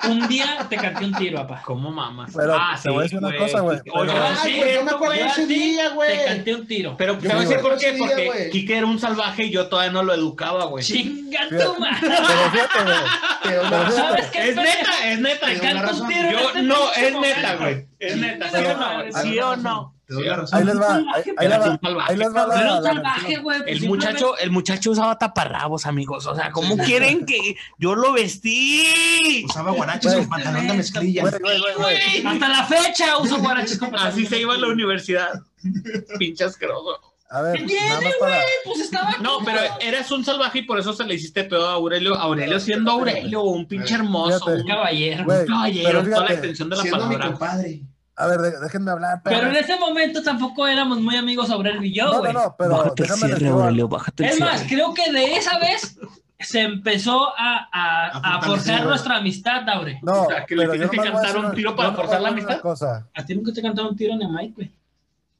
C: un día te canté un tiro, papá.
D: ¿Cómo mamas?
A: Pero
D: ah,
A: te voy a decir una cosa, güey.
D: Oye,
C: Pero-
D: ah,
E: Ay,
D: sí,
E: güey, yo me acuerdo
C: güey,
E: de
C: a
E: ese
C: ti
E: día,
C: Te
E: güey.
C: canté un tiro.
D: Pero te
A: Yo
D: voy a decir
A: me
D: por
E: acuerdo
D: qué.
E: ese día,
D: Porque
E: güey.
D: Kike era un salvaje y yo todavía no lo educaba, güey.
C: Chinga
A: Fíjate.
C: tu madre.
A: Pero fíjate, güey.
E: Pero
A: Pero
E: no,
A: fíjate,
C: ¿Sabes qué?
D: Es neta, es neta.
E: Te doy la
C: Canta un
E: razón.
C: tiro. en
D: Yo,
C: este
D: no,
C: pinche
D: es neta,
C: momento.
D: güey. Es neta, ¿sí o no? güey?
C: Pero-
D: ¿Sí o no?
E: Te doy
D: Sí.
E: la razón.
A: Ahí les va. Ahí, ahí les
D: Era un
A: va.
D: salvaje,
A: Ahí les va
C: Pero
A: la,
C: un
A: la
C: salvaje,
A: versión.
C: güey.
G: El
C: pues
G: muchacho, el muchacho usaba taparrabos, amigos. O sea, ¿cómo quieren que yo lo vestí?
E: Usaba guaraches
A: Güey.
E: con pantalón de mezclilla.
A: Güey, güey, güey, güey.
C: simplemente- Hasta la fecha uso guaraches con
D: Así se iba a la universidad. Pinche asqueroso.
A: A ver,
C: ¿Qué
A: nada
C: tiene,
A: más para.
C: Pues estaba aquí.
D: No, pero eres un salvaje y por eso se le hiciste peor a Aurelio. Aurelio siendo Aurelio, un pinche hermoso,
A: Fíjate.
D: un
C: caballero.
A: Güey,
D: caballero,
A: pero
D: en toda la
A: fíjate,
D: extensión de la
E: Siendo mi
D: palabra.
E: compadre.
A: A ver, de- déjenme hablar.
C: Pero
A: perra.
C: en ese momento tampoco éramos muy amigos sobre el y yo,
A: no, no,
C: güey.
A: no, pero
G: bájate el
A: déjame
G: cierre,
A: decir algo.
G: Aurelio, bájate el
C: Es
G: cierre.
C: más, creo que de esa vez se empezó a, a,
E: A
C: a
E: fortalecer,
C: forjar
E: güey.
C: nuestra amistad, Daure.
A: No,
D: O sea, que le
A: pero
D: tienes
A: yo nomás voy
D: que
A: a
D: cantar
A: decir
D: un
A: una-
D: tiro para
A: yo nomás
D: forzar la
A: voy a decir
D: amistad.
A: una cosa.
C: A ti nunca te cantaron un tiro en el mic, güey.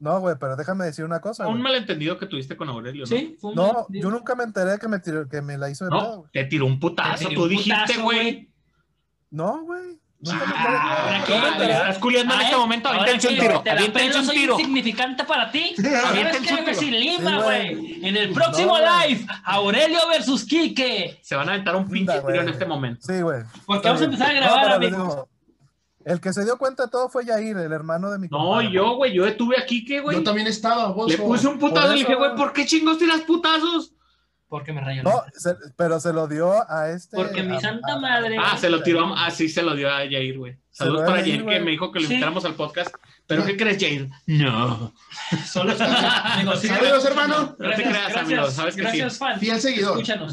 A: No, güey, pero déjame decir una cosa.
D: Un
A: güey.
D: malentendido que tuviste con Aurelio, ¿no?
C: Sí, fue un
A: No,
C: mal-
A: yo nunca me enteré que me, tiró- que me la hizo de pedo,
D: No,
A: güey.
D: te tiró un
C: Te
D: putazo,
C: tiró
D: Ah, tú
C: un
D: dijiste,
C: putazo,
D: güey.
A: No, güey. Nunca me enteré.
D: Ah,
C: ¿ahora
D: ¿qué?
C: qué?
D: Ah, Estás culiando en
C: Ah,
D: este
C: ¿eh?
D: momento,
C: Ahora
D: aviéntense
C: que
D: un tiro,
C: te la pelo,
G: aviéntense un
C: soy
G: tiro.
C: insignificante para ti. ¿Sabes
D: Aviéntense
C: qué,
D: un
C: güey?
D: tiro.
C: Sin Lima,
A: Sí, güey.
C: güey. En el próximo
A: No, güey.
C: live, Aurelio versus Quique.
D: Se van a aventar un pinche
A: Anda,
D: tiro en
A: güey.
D: este momento.
A: Sí, güey.
C: Porque vamos a empezar a
A: No,
C: grabar,
A: pero les
C: amigos.
A: digo, El que se dio cuenta de todo fue Yair, el hermano de mi
D: No,
A: compadre.
D: yo, güey, yo estuve aquí, ¿qué, güey?
E: Yo también estaba, vos.
D: Le puse un putazo y le dije, güey, ¿por qué chingos tiras putazos?
C: Porque me rayó.
A: No, se- pero se lo dio a este.
C: Porque mi
A: a-
C: santa
A: a-
C: madre.
D: Ah, se lo tiró, a- ah, sí, se lo dio a Jair, güey.
A: Se lo
D: Saludos
A: dio a
D: para
A: Yair,
D: Jair, que
A: güey.
D: me dijo que lo
C: Sí.
D: invitáramos al podcast. ¿Pero qué crees, Jair? No.
C: Solo amigos.
E: Saludos, hermano.
D: No te creas, amigo, sabes que sí.
C: gracias, fan.
E: Fiel seguidor.
C: Escúchanos.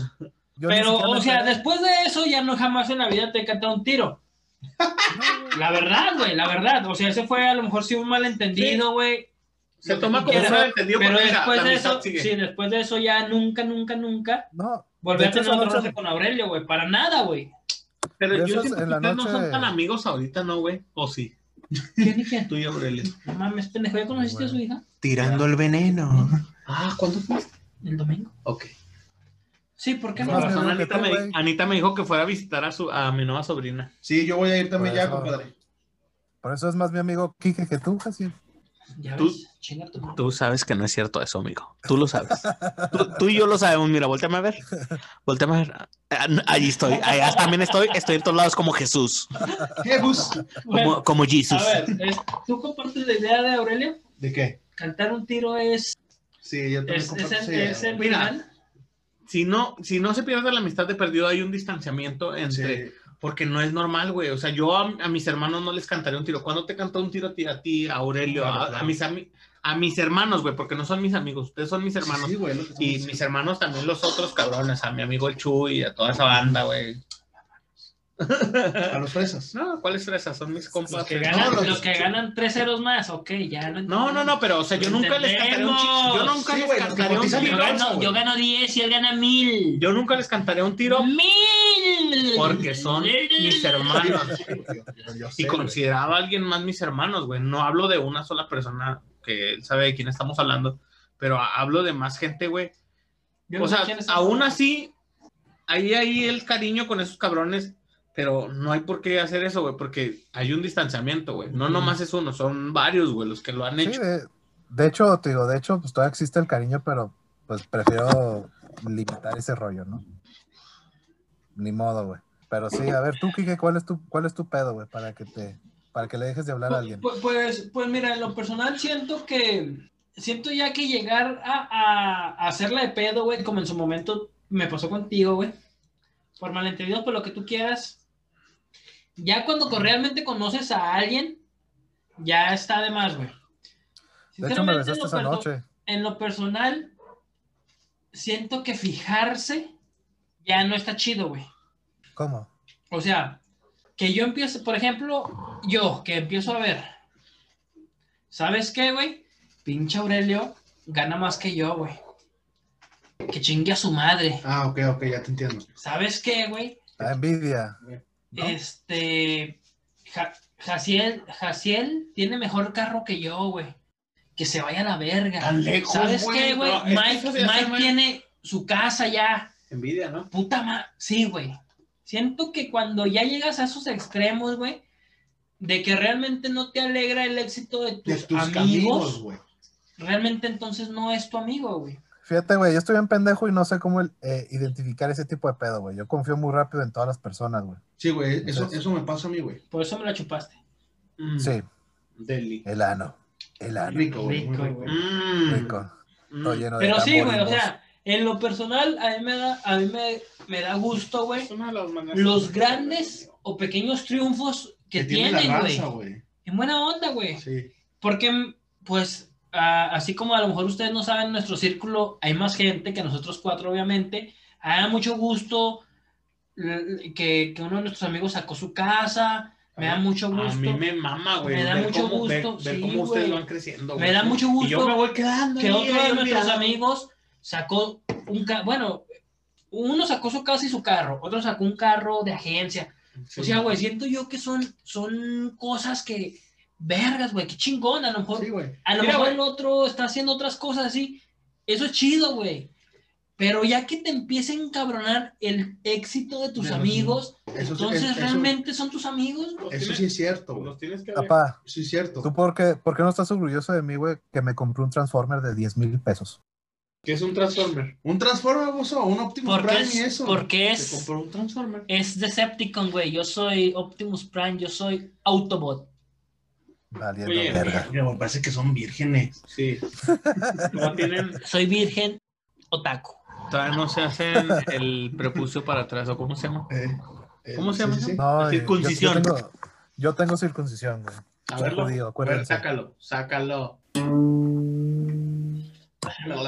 A: yo ni
C: Pero,
A: siquiera me
C: o sea,
A: enteré.
C: después de eso ya no jamás en la vida te he cantado un tiro. La verdad, güey, la verdad. O sea, ese fue a lo mejor sí un malentendido, güey.
D: Se
C: Lo
D: toma
C: que
D: como un
C: quieras.
D: malentendido
C: Pero
D: porque
C: después de
D: amistad
C: eso, sí, después de eso ya nunca, nunca, nunca
A: No,
C: volví
A: de
C: a
A: hecho,
C: tener
A: esa
C: otro
A: noche-
C: roce con Aurelio, güey. Para nada, güey.
A: de
D: Pero yo
A: esos
D: siento que
A: en la
D: ustedes no
A: noche-
D: son tan amigos ahorita, ¿no, güey? ¿O sí?
C: ¿Quién y quién?
D: Tú y Aurelio.
C: No mames, pendejo, ¿ya conociste a su hija?
G: Tirando el veneno.
D: Ah, ¿cuándo fuiste?
C: El domingo.
D: Ok.
C: Sí, ¿por qué
A: Con
D: Con
C: no?
A: razón,
D: razón,
A: que
D: Anita,
A: tú,
D: me,
A: güey.
D: Anita me dijo que fuera a visitar a, su, a mi nueva sobrina.
E: Sí, yo voy a ir también
A: Por
E: ya,
A: eso.
E: compadre.
A: por eso es más mi amigo Quique que tú, casi.
C: Ya
D: Tú-
C: ves, chinga tu madre.
G: Tú sabes que no es cierto eso, amigo. Tú lo sabes. Tú, tú y yo lo sabemos. Mira, volteame a ver. Volteame a ver. Ah, no, Allí estoy. Allá también estoy. Estoy en todos lados como Jesús.
E: Jebus.
G: Como, como Jesús.
C: A ver, es- ¿tú compartes la idea de Aurelio?
E: ¿De qué?
C: Cantar un tiro es...
E: Sí, yo también
C: Es, es,
E: comparto
C: el-
E: esa
C: es
E: idea,
C: el
E: güey.
D: Mira,
C: final.
D: Si no, si no se pierde la amistad de perdido, hay un distanciamiento entre
E: Sí.
D: Porque no es normal, güey. O sea, yo a, a mis hermanos no les cantaré un tiro. ¿Cuándo te cantó un tiro a ti, a ti, a Aurelio,
E: Claro,
D: a,
E: claro.
D: a mis ami- a mis hermanos, güey? Porque no son mis amigos, ustedes son mis hermanos.
E: Sí, güey, lo que
D: Y
E: somos.
D: mis hermanos también, los otros cabrones, a mi amigo el Chuy, a toda esa banda, güey.
E: A los fresas.
D: No, ¿cuáles fresas? Son mis compas.
C: Los que
D: güey.
C: ganan,
D: No,
C: los que ganan tres ceros más, ok, ya lo
D: No, no, no, pero, o sea, yo nunca les cantaré un tiro. Yo nunca
E: Sí,
D: les
E: güey, los que
D: cantaré un
E: cotizan
C: Yo
E: en
D: tiro.
E: bolsa,
C: gano,
E: güey.
C: yo gano 10 y él gana 1000.
D: Yo nunca les cantaré un tiro
C: ¡Mil!
D: porque son mis hermanos.
E: Yo- yo
D: Y
E: sé, güey.
D: consideraba a alguien más mis hermanos, güey. No hablo de una sola persona que él sabe de quién estamos hablando, pero a- hablo de más gente, güey.
C: Yo no
D: O
C: sé
D: sea,
C: quiénes son.
D: aún así, ahí hay el cariño con esos cabrones, pero no hay por qué hacer eso, güey, porque hay un distanciamiento, güey. No nomás es uno, son varios, güey, los que lo han
H: Sí,
D: hecho.
H: de, de hecho, te digo, de hecho, pues todavía existe el cariño, pero pues prefiero limitar ese rollo, ¿no? Ni modo, güey. Pero sí, a ver, tú, Kike, ¿cuál es tu, cuál es tu pedo, güey? Para que te, para que le dejes de hablar a alguien.
C: Pues, pues, pues mira, en lo personal siento que siento ya que llegar a, a, a hacerla de pedo, güey, como en su momento me pasó contigo, güey. Por malentendidos, por lo que tú quieras. Ya cuando co- realmente conoces a alguien, ya está de más, güey.
H: De hecho, me
C: Sinceramente,
H: besaste
C: en
H: esa
C: lo perso-
H: noche.
C: En lo personal, siento que fijarse ya no está chido, güey.
H: ¿Cómo?
C: O sea, que yo empiezo, por ejemplo, yo que empiezo a ver, ¿sabes qué, güey? Pinche Aurelio gana más que yo, güey. Que chingue a su madre.
E: Ah, ok, ok, ya te entiendo.
C: ¿Sabes qué, güey?
H: La envidia. ¿no?
C: Este. Ja- Jaciel, Jaciel tiene mejor carro que yo, güey. Que se vaya a la verga.
D: Tan lejos,
C: ¿Sabes
D: güey,
C: qué, güey?
D: no, es que
C: Mike,
D: eso sí hace
C: Mike
D: mal.
C: tiene su casa ya.
D: Envidia, ¿no?
C: Puta ma... Sí, güey. Siento que cuando ya llegas a esos extremos, güey, de que realmente no te alegra el éxito de
E: De
C: tus,
E: tus
C: amigos,
E: amigos, güey.
C: realmente entonces no es tu amigo, güey.
H: Fíjate, güey, yo estoy bien pendejo y no sé cómo eh, identificar ese tipo de pedo, güey. Yo confío muy rápido en todas las personas, güey.
E: Sí, güey, eso, eso me pasa a mí, güey.
C: Por eso me la chupaste.
D: Mm,
H: Sí,
D: Deli.
H: el ano. El
A: Ah,
H: ano.
E: Rico, güey. muy
C: Rico,
E: rico.
C: güey.
D: Mm,
H: Rico.
D: mm.
H: Todo lleno de
C: Pero sí, güey, o
H: tamboriles.
C: sea, en lo personal, a mí me da, a mí me, me da gusto, güey,
D: Es una de las maneras-
C: los grandes o pequeños triunfos que,
E: tiene la
C: tienen, güey.
E: raza, güey.
C: En buena onda, güey.
E: Sí.
C: Porque, pues, a- así como a lo mejor ustedes no saben, en nuestro círculo hay más gente que nosotros cuatro, obviamente. A mucho gusto l- que, que uno de nuestros amigos sacó su casa. Me da mucho
D: A
C: gusto
D: mí me mama, güey.
C: Me da
D: ver
C: mucho
D: cómo- ver-
C: gusto,
D: ver
C: sí,
D: cómo ustedes
C: güey.
D: van creciendo,
C: Me
D: güey.
C: da mucho gusto
D: Y yo me voy quedando.
C: que
D: ahí,
C: otro de
D: ahí
C: nuestros
D: olvidado.
C: amigos sacó un ca- Bueno, uno sacó su casa y su carro, otro sacó un carro de agencia.
D: Sí.
C: O sea, güey, siento yo que son, son cosas que, vergas, güey, qué chingón. A lo mejor
E: Sí, güey.
C: A lo
D: Mira,
C: mejor
D: güey.
C: el otro está haciendo otras cosas así. Eso es chido, güey. Pero ya que te empieza a encabronar el éxito de tus
E: De los-
C: amigos,
E: Eso,
C: entonces
E: es- eso-
C: realmente son tus amigos, güey.
D: Los
E: Eso
D: tienes-
E: sí es cierto, güey.
D: los tienes que ver.
H: Papá,
E: Sí es cierto.
H: ¿tú por qué, por qué no estás orgulloso de mí, güey, que me compré un Transformer de 10 mil pesos?
D: Que es un Transformer.
E: Un Transformer, buzo, un Optimus
C: Porque
E: Prime
C: es,
E: y eso.
C: porque
E: Se
C: es,
E: compró un Transformer.
C: es Decepticon, güey. Yo soy Optimus Prime, yo soy Autobot.
H: Valiendo
D: Oye,
H: verga.
E: Me parece que son vírgenes.
D: Sí. No tienen.
C: Soy virgen otaku.
D: Todavía no se hacen el prepucio para atrás, ¿o cómo se llama?
E: Eh,
D: ¿Cómo se llama?
H: No, yo-
D: Circuncisión.
H: Yo, tengo, yo tengo circuncisión, güey.
D: A
H: Soy
D: verlo.
H: judío,
D: A ver,
H: acuérdense.
D: sácalo, sácalo.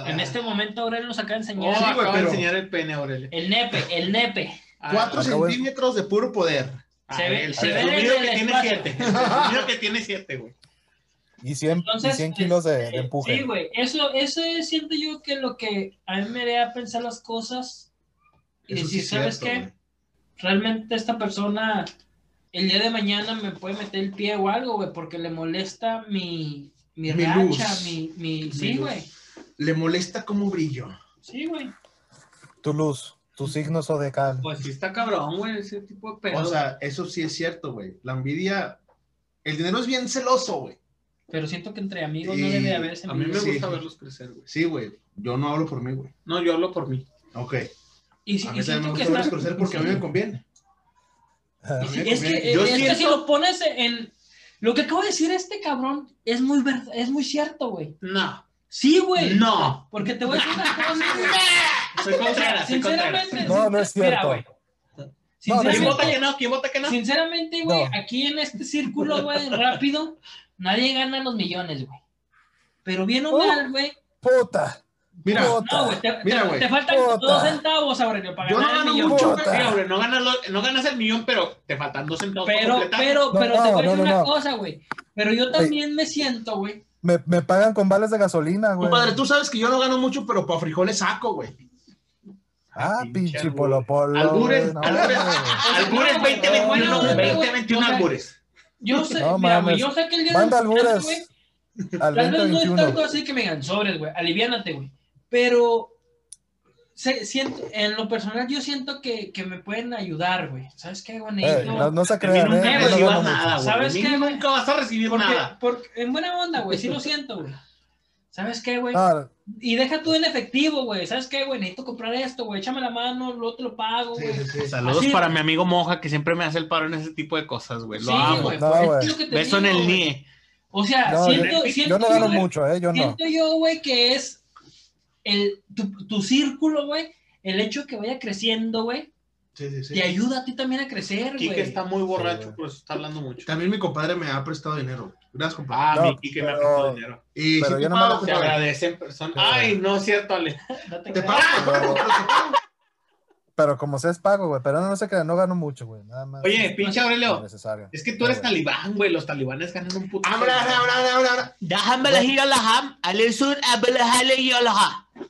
C: En este momento Aurelio nos acaba de
D: Oh,
C: enseñar
D: sí, güey,
E: pero-
D: pero... enseñar el pene, Aurelio. Ah,
C: el nepe, el nepe.
E: Cuatro
H: Acabo de-
E: centímetros de puro poder.
C: Se
D: A
C: ve-
D: ver,
C: se
D: el
C: ve
D: presumido
C: desde
D: que
C: el
D: tiene
C: espacio.
D: siete. El presumido que tiene siete, güey.
H: Y 100,
C: Entonces,
H: kilos de, de
C: Eh,
H: empuje.
C: Sí, güey, eso, eso es, siento yo que lo que a mí me da pensar las cosas y
E: Eso sí
C: decir,
E: es
C: ¿sabes
E: cierto,
C: qué? Realmente esta persona el día de mañana me puede meter el pie o algo, güey, porque le molesta mi, mi,
E: Mi
C: racha,
E: luz.
C: mi, mi-
E: Mi
C: Sí,
E: luz.
C: güey,
E: Le molesta cómo brillo.
C: sí, güey.
H: Tu luz, tu signo zodiacal.
D: Pues sí está cabrón, güey, ese tipo de pedo.
E: O sea, eso sí es cierto, güey. La envidia. El dinero es bien celoso, güey.
C: Pero siento que entre amigos no
E: Y
C: debe haber ese
D: a mí me
C: mismo.
E: sí.
D: gusta verlos crecer, güey.
E: Sí, güey. Yo no hablo por mí, güey.
D: No, yo hablo por mí.
E: Ok.
C: Y, si-
E: A
C: y
E: mí también me
C: siento que
E: gusta verlos
C: está...
E: crecer porque a mí me conviene.
H: Ah,
C: y si-
E: a mí me
C: es que,
E: conviene.
C: eh,
E: Yo
C: es que si
E: siento-
C: lo pones en... Lo que acabo de decir este cabrón es muy, ver- es muy cierto, güey.
D: No.
C: Sí, güey.
D: No.
C: Porque te voy a decir una cosa, güey.
D: Soy Contreras, soy Contreras.
C: Sinceramente.
H: No, no es
C: Mira,
H: cierto.
C: güey.
A: No, de
I: ¿Quién
A: hecho-
I: vota
C: Sinceramente,
I: que no? ¿Quién vota que no?
C: sinceramente, güey,
A: No.
C: aquí en este círculo, güey, rápido, nadie gana los millones, güey. Pero bien o
A: Oh.
C: mal, güey.
A: Puta.
E: Mira,
C: No, güey, te,
E: Mira,
C: te-
E: güey.
C: te faltan
A: Puta.
C: dos centavos, Aurelio, para
J: Yo no
C: ganar el
J: gano
C: millón.
J: mucho,
A: Puta.
J: güey, cabrón, no ganas, lo- no ganas el millón, pero te faltan dos centavos para
C: Pero,
J: completar.
C: pero,
A: No,
C: pero te
A: no,
C: voy a
A: no,
C: decir
A: no,
C: una
A: no.
C: cosa, güey. Pero yo también me siento, güey.
A: Me, me pagan con balas de gasolina, güey.
E: compadre, tú sabes que yo no gano mucho, pero para frijoles saco, güey.
A: Ah,
J: pinche
A: pinche
J: albur.
A: polo polo.
J: Albures,
A: güey, no,
J: albures.
A: güey.
J: Albures
C: No,
J: 2021,
C: no, no, no,
J: 2021
C: o sea,
J: albures.
C: Yo sé,
A: No
C: mira, güey,
A: mames.
C: yo sé que el día
A: Manda
C: de los muertos, güey,
A: albures al
C: Tal vez no es tanto
A: 2021.
C: así que me digan sobres, güey. Aliviánate, güey. Pero se- siento, en lo personal yo siento que, que me pueden ayudar, güey. ¿Sabes qué, güey?
A: Eh,
C: Necesito-
A: no, no se
J: De mí
A: crean,
J: nunca
A: eh, yo no
J: recibas
A: gano mucho.
J: nada, güey.
C: ¿Sabes
J: De mí
C: qué, güey?
J: nunca vas a recibir
C: porque,
J: nada.
C: porque- en buena onda, güey. Sí lo siento, güey. ¿Sabes qué, güey?
A: No,
C: Y deja tú en efectivo, güey. ¿Sabes qué, güey? Necesito comprar esto, güey. Échame la mano, luego te lo pago, güey.
D: Saludos
C: Así-
D: para mi amigo Moja, que siempre me hace el paro en ese tipo de cosas, güey. Lo
C: Sí,
D: amo.
C: güey,
A: No,
C: pues,
A: güey.
C: es lo que te
D: Beso en
C: digo,
D: el
C: güey.
D: NIE.
C: O sea,
A: No,
C: siento,
A: yo-
C: siento
A: yo no gano
C: güey,
A: mucho, eh, yo no.
C: Siento yo, güey, que es el, tu, tu círculo, güey, el hecho que vaya creciendo, güey,
E: Sí, sí, sí.
C: te ayuda a ti también a crecer,
J: Quique
C: güey.
J: está muy
E: Sí,
J: borracho,
E: güey.
J: por eso está hablando mucho.
E: También mi compadre me ha prestado dinero. Gracias, compadre.
J: Ah,
A: No,
J: mi Quique me ha
A: pero-
J: prestado dinero.
E: Y
A: pero
E: sí
A: yo
E: te
A: no me lo
E: pago,
J: Se
E: compadre.
J: agradece en persona.
A: Pero-
J: Ay, no es cierto, Ale.
C: No te
E: Te
C: creas.
E: pago, compadre, pero te pago.
A: Pero como sea es pago, güey. Pero no, no se crean, no gano mucho, güey. Nada más.
J: Ah, Oye, pinche
A: No es
J: Aurelio,
A: necesario.
J: es que tú eres
A: No, güey.
J: talibán, güey. Los talibanes ganan un puto.
E: Abra, abra, abra, abra, abra.
D: Déjame elegir a la ham, al sur, a Belajale y a la ha.
J: No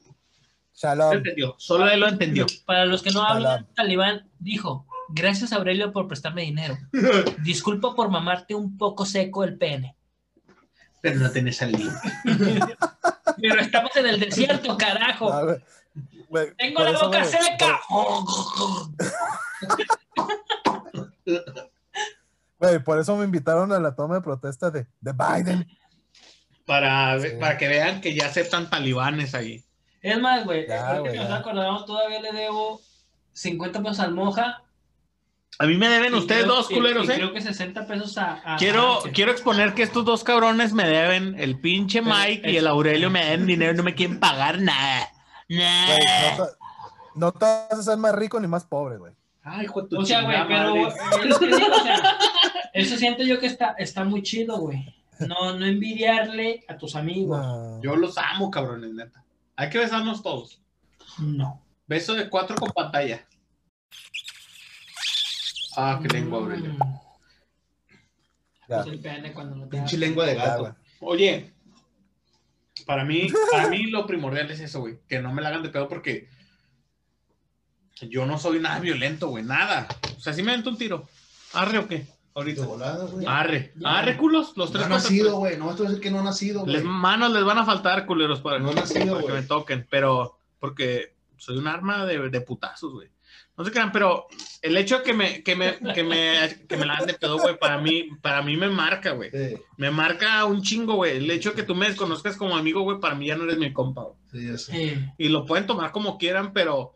A: Shalom.
J: entendió, Solo él lo entendió.
C: Para los que no hablan,
A: Talán.
C: Talibán dijo, gracias Aurelio por prestarme dinero. Disculpa por mamarte un poco seco el pene.
J: Pero no tenés al libro.
C: Pero estamos en el desierto, carajo.
A: No, Ah, güey. Güey,
C: Tengo
A: por
C: la
A: eso,
C: boca
A: güey,
C: seca.
A: por- Güey, por eso me invitaron a la toma de protesta de, de Biden.
J: Para,
A: Sí.
J: para que vean que ya aceptan talibanes ahí.
C: Es más, güey,
A: Ya,
C: ahorita
A: güey,
C: que
A: ya.
C: nos acordamos, todavía le debo 50 pesos al moja.
D: A mí me deben
C: y
D: ustedes
C: creo-
D: dos
C: y-
D: culeros,
C: y
D: ¿eh?
C: Creo que 60 pesos a... a-
D: Quiero,
C: a-
D: quiero exponer que estos dos cabrones me deben, el pinche
C: Pero
D: Mike
C: es-
D: y el Aurelio me deben dinero y no me quieren pagar nada.
A: Güey,
D: Nah.
A: no, te, no te vas a ser más rico ni más pobre, güey.
J: Ay, hijo de tu
C: O sea, güey,
J: chingada
C: pero
J: madre.
C: es lo que digo, o sea, eso siento yo que está, está muy chido, güey. No, no envidiarle a tus amigos.
A: No.
J: Yo los amo, cabrones, neta. Hay que besarnos todos.
C: No.
J: Beso de cuatro con pantalla. Ah, qué
C: Mm.
J: lengua, Aurelio.
A: Ya,
C: Pues el pene cuando no te
J: Pinche
C: da.
J: lengua de
A: ya,
J: gato.
A: güey.
J: Oye, para mí, para mí lo primordial es eso, güey. Que no me la hagan de pedo porque yo no soy nada violento, güey. Nada. O sea, si me avento un tiro. ¿Arre o qué?
E: De
J: Ahorita.
E: volada, güey.
J: Arre. Arre, culos. Los
E: No
J: tres
E: ha
J: cosas.
E: nacido, güey. No, esto es que no ha nacido, güey.
D: pues. Les, manos les van a faltar, culeros, para,
E: No han nacido,
D: para que
E: güey.
D: me toquen, pero porque soy un arma de, de putazos, güey. No se crean, pero el hecho de que me, que me, que me, que me la hagan de pedo, güey, para mí, para mí me marca, güey.
E: Sí,
D: Me marca un chingo, güey. El hecho de que tú me desconozcas como amigo, güey, para mí ya no eres mi compa, güey.
E: sí, ya sé.
C: Eh,
D: Y lo pueden tomar como quieran, pero,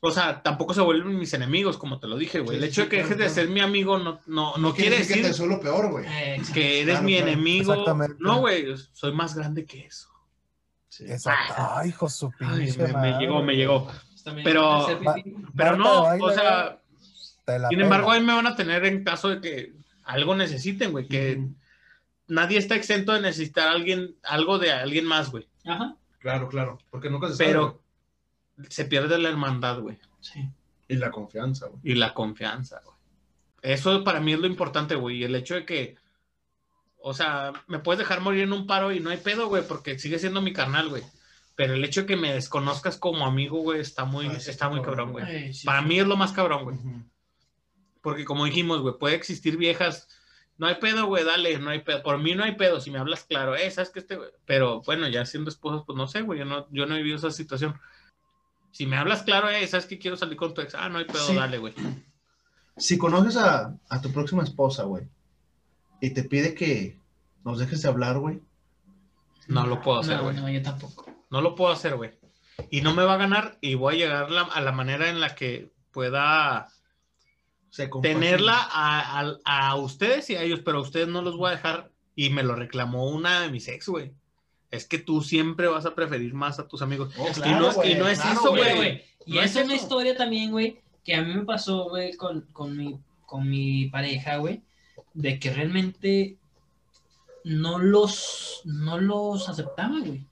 D: o sea, tampoco se vuelven mis enemigos, como te lo dije, güey.
E: Sí,
D: El hecho de
E: sí,
D: que
E: claro,
D: dejes de
E: claro.
D: ser mi amigo no, no, no quiere
E: que te
D: decir
E: soy lo peor, güey.
C: eh,
D: que eres
E: Claro,
D: mi
E: claro.
D: enemigo.
A: Exactamente.
D: No, güey, soy más grande que eso.
E: Sí.
A: Exacto. Ay, hijo de su
D: Ay,
A: pinche.
D: me, me llegó, me llegó.
C: pues también
D: Pero-
C: hay que ser pipí.
D: Pero no, o sea, sin embargo, ahí
A: hay
D: me van a tener en caso de que algo necesiten, güey, que
E: Ujú.
D: nadie está exento de necesitar alguien, algo de alguien más, güey.
C: Ajá.
E: Claro, claro. Porque nunca se sabe, güey.
D: Pero se pierde la hermandad, güey,
C: Sí.
E: Y la confianza, güey.
D: y la confianza, güey. Eso para mí es lo importante, güey, y el hecho de que, o sea, me puedes dejar morir en un paro y no hay pedo, güey, porque sigue siendo mi carnal, güey. Pero el hecho de que me desconozcas como amigo, güey, está muy,
E: Ah, sí,
D: está muy cabrón,
E: cabrón,
D: güey.
C: Eh, sí.
D: Para mí es lo más cabrón, güey.
E: Ujú.
D: Porque como dijimos, güey, puede existir viejas. No hay pedo, güey, dale, no hay pedo. Por mí no hay pedo, si me hablas claro, eh, sabes que este, güey. Pero bueno, ya siendo esposos, pues no sé, güey, yo no, yo no he vivido esa situación. Si me hablas claro, eh, sabes que quiero salir con tu ex, ah, no hay pedo,
E: Sí.
D: dale, güey.
E: Si conoces a, a tu próxima esposa, güey, y te pide que nos dejes de hablar, güey.
D: No lo puedo hacer,
C: No,
D: güey. No,
C: No, yo tampoco.
D: lo puedo hacer, güey. Y no me va a ganar y voy a llegar la- a la manera en la que pueda
E: se comparte.
D: tenerla a, a- a ustedes y a ellos, pero a ustedes no los voy a dejar. Y me lo reclamó una de mis ex, güey. Es que tú siempre vas a preferir más a tus amigos.
E: Oh,
D: y,
E: claro,
D: no, y
E: güey,
D: no es
E: claro,
D: eso,
C: Oye,
D: güey.
C: güey, Y
D: No es
C: es una
D: eso.
C: historia también, güey, que a mí me pasó, güey, con, con, mi, con mi pareja, güey, de que realmente no los, no los aceptaba, güey.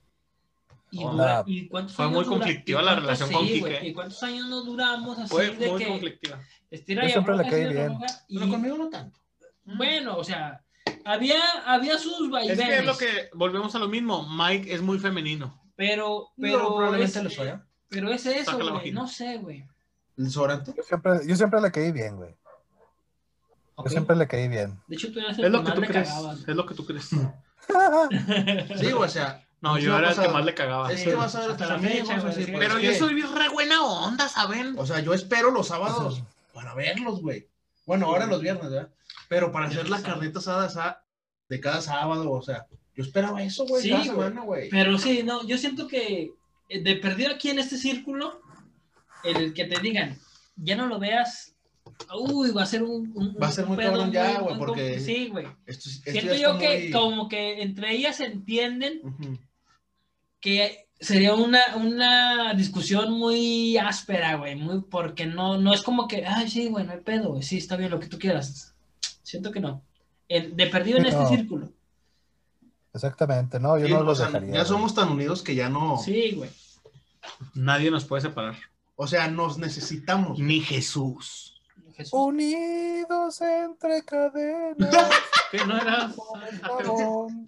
C: Y,
A: Hola.
C: dura- ¿y cuántos
D: Fue
C: años
D: muy
C: dura-
D: conflictiva
C: y
D: la
C: cuántos-
D: relación
C: sí,
D: con
C: güey,
D: Quique.
C: ¿Y cuántos años nos duramos así
D: Fue
C: de
D: muy
C: que
D: conflictiva.
C: estira
A: Yo
C: y
A: siempre le
C: afloja,
A: caí
C: estira y
A: bien.
C: afloja, y-
E: Pero conmigo no tanto.
C: bueno, o sea, había, había sus
D: Es
C: vaivenes,
D: que es lo que volvemos a lo mismo. Mike es muy femenino.
C: pero, pero,
E: Pero probablemente
C: es-
E: lo soy. ¿eh?
C: pero es eso,
D: Saca la
C: güey,
D: vagina.
C: no sé, güey.
E: ¿El sobrante?
A: Yo siempre, yo siempre le caí bien, güey.
C: Ok.
A: Yo siempre le caí bien.
C: De hecho, tú eras el
D: Es lo que
C: más
D: tú
C: le
D: crees.
C: cagabas.
D: Es lo que tú crees.
E: Sí, o sea.
D: No,
E: es
D: yo era el
E: cosa-
D: que más le cagaba.
E: Es que vas a pues, ver hasta
C: Hasta
E: la
C: la fecha,
E: fecha,
C: güey, sí.
D: Ah, Pero yo soy re buena onda, ¿saben?
E: O sea, yo espero los sábados para verlos, güey. Bueno, ahora los viernes, ¿verdad? Pero para hacer la carnita asada sa- de cada sábado, o sea, yo esperaba eso, güey,
C: Sí,
E: cada
C: güey.
E: semana, güey.
C: Pero sí, no, yo siento que eh, de perdido aquí en este círculo, el que te digan, ya no lo veas, uy, va a ser un. un-
E: Va a ser
C: un
E: muy
C: pedo
E: cabrón ya,
C: muy-
E: güey,
C: muy
E: porque-
C: compl- Sí, güey.
E: Esto, es- esto ya
C: Siento
E: está
C: yo que,
E: muy-
C: como que entre ellas se entienden
E: Ujú.
C: que sería una, una discusión muy áspera, güey, muy, porque no, no es como que, ay, sí, güey, no hay pedo, güey, sí, está bien, lo que tú quieras. Siento que no. El- de perdido en
A: Sí,
C: este
A: no.
C: círculo.
A: Exactamente. No, yo
E: Sí,
A: no
E: o
A: lo
E: sea,
A: dejaría.
E: ya
A: güey.
E: somos tan unidos que ya no.
C: Sí, güey.
D: Nadie nos puede separar.
E: O sea, nos
C: Mm.
E: necesitamos.
D: Ni Jesús.
C: Jesús.
A: Uh, Unidos entre cadenas.
D: ¿Qué? ¿No era?
A: cabrón.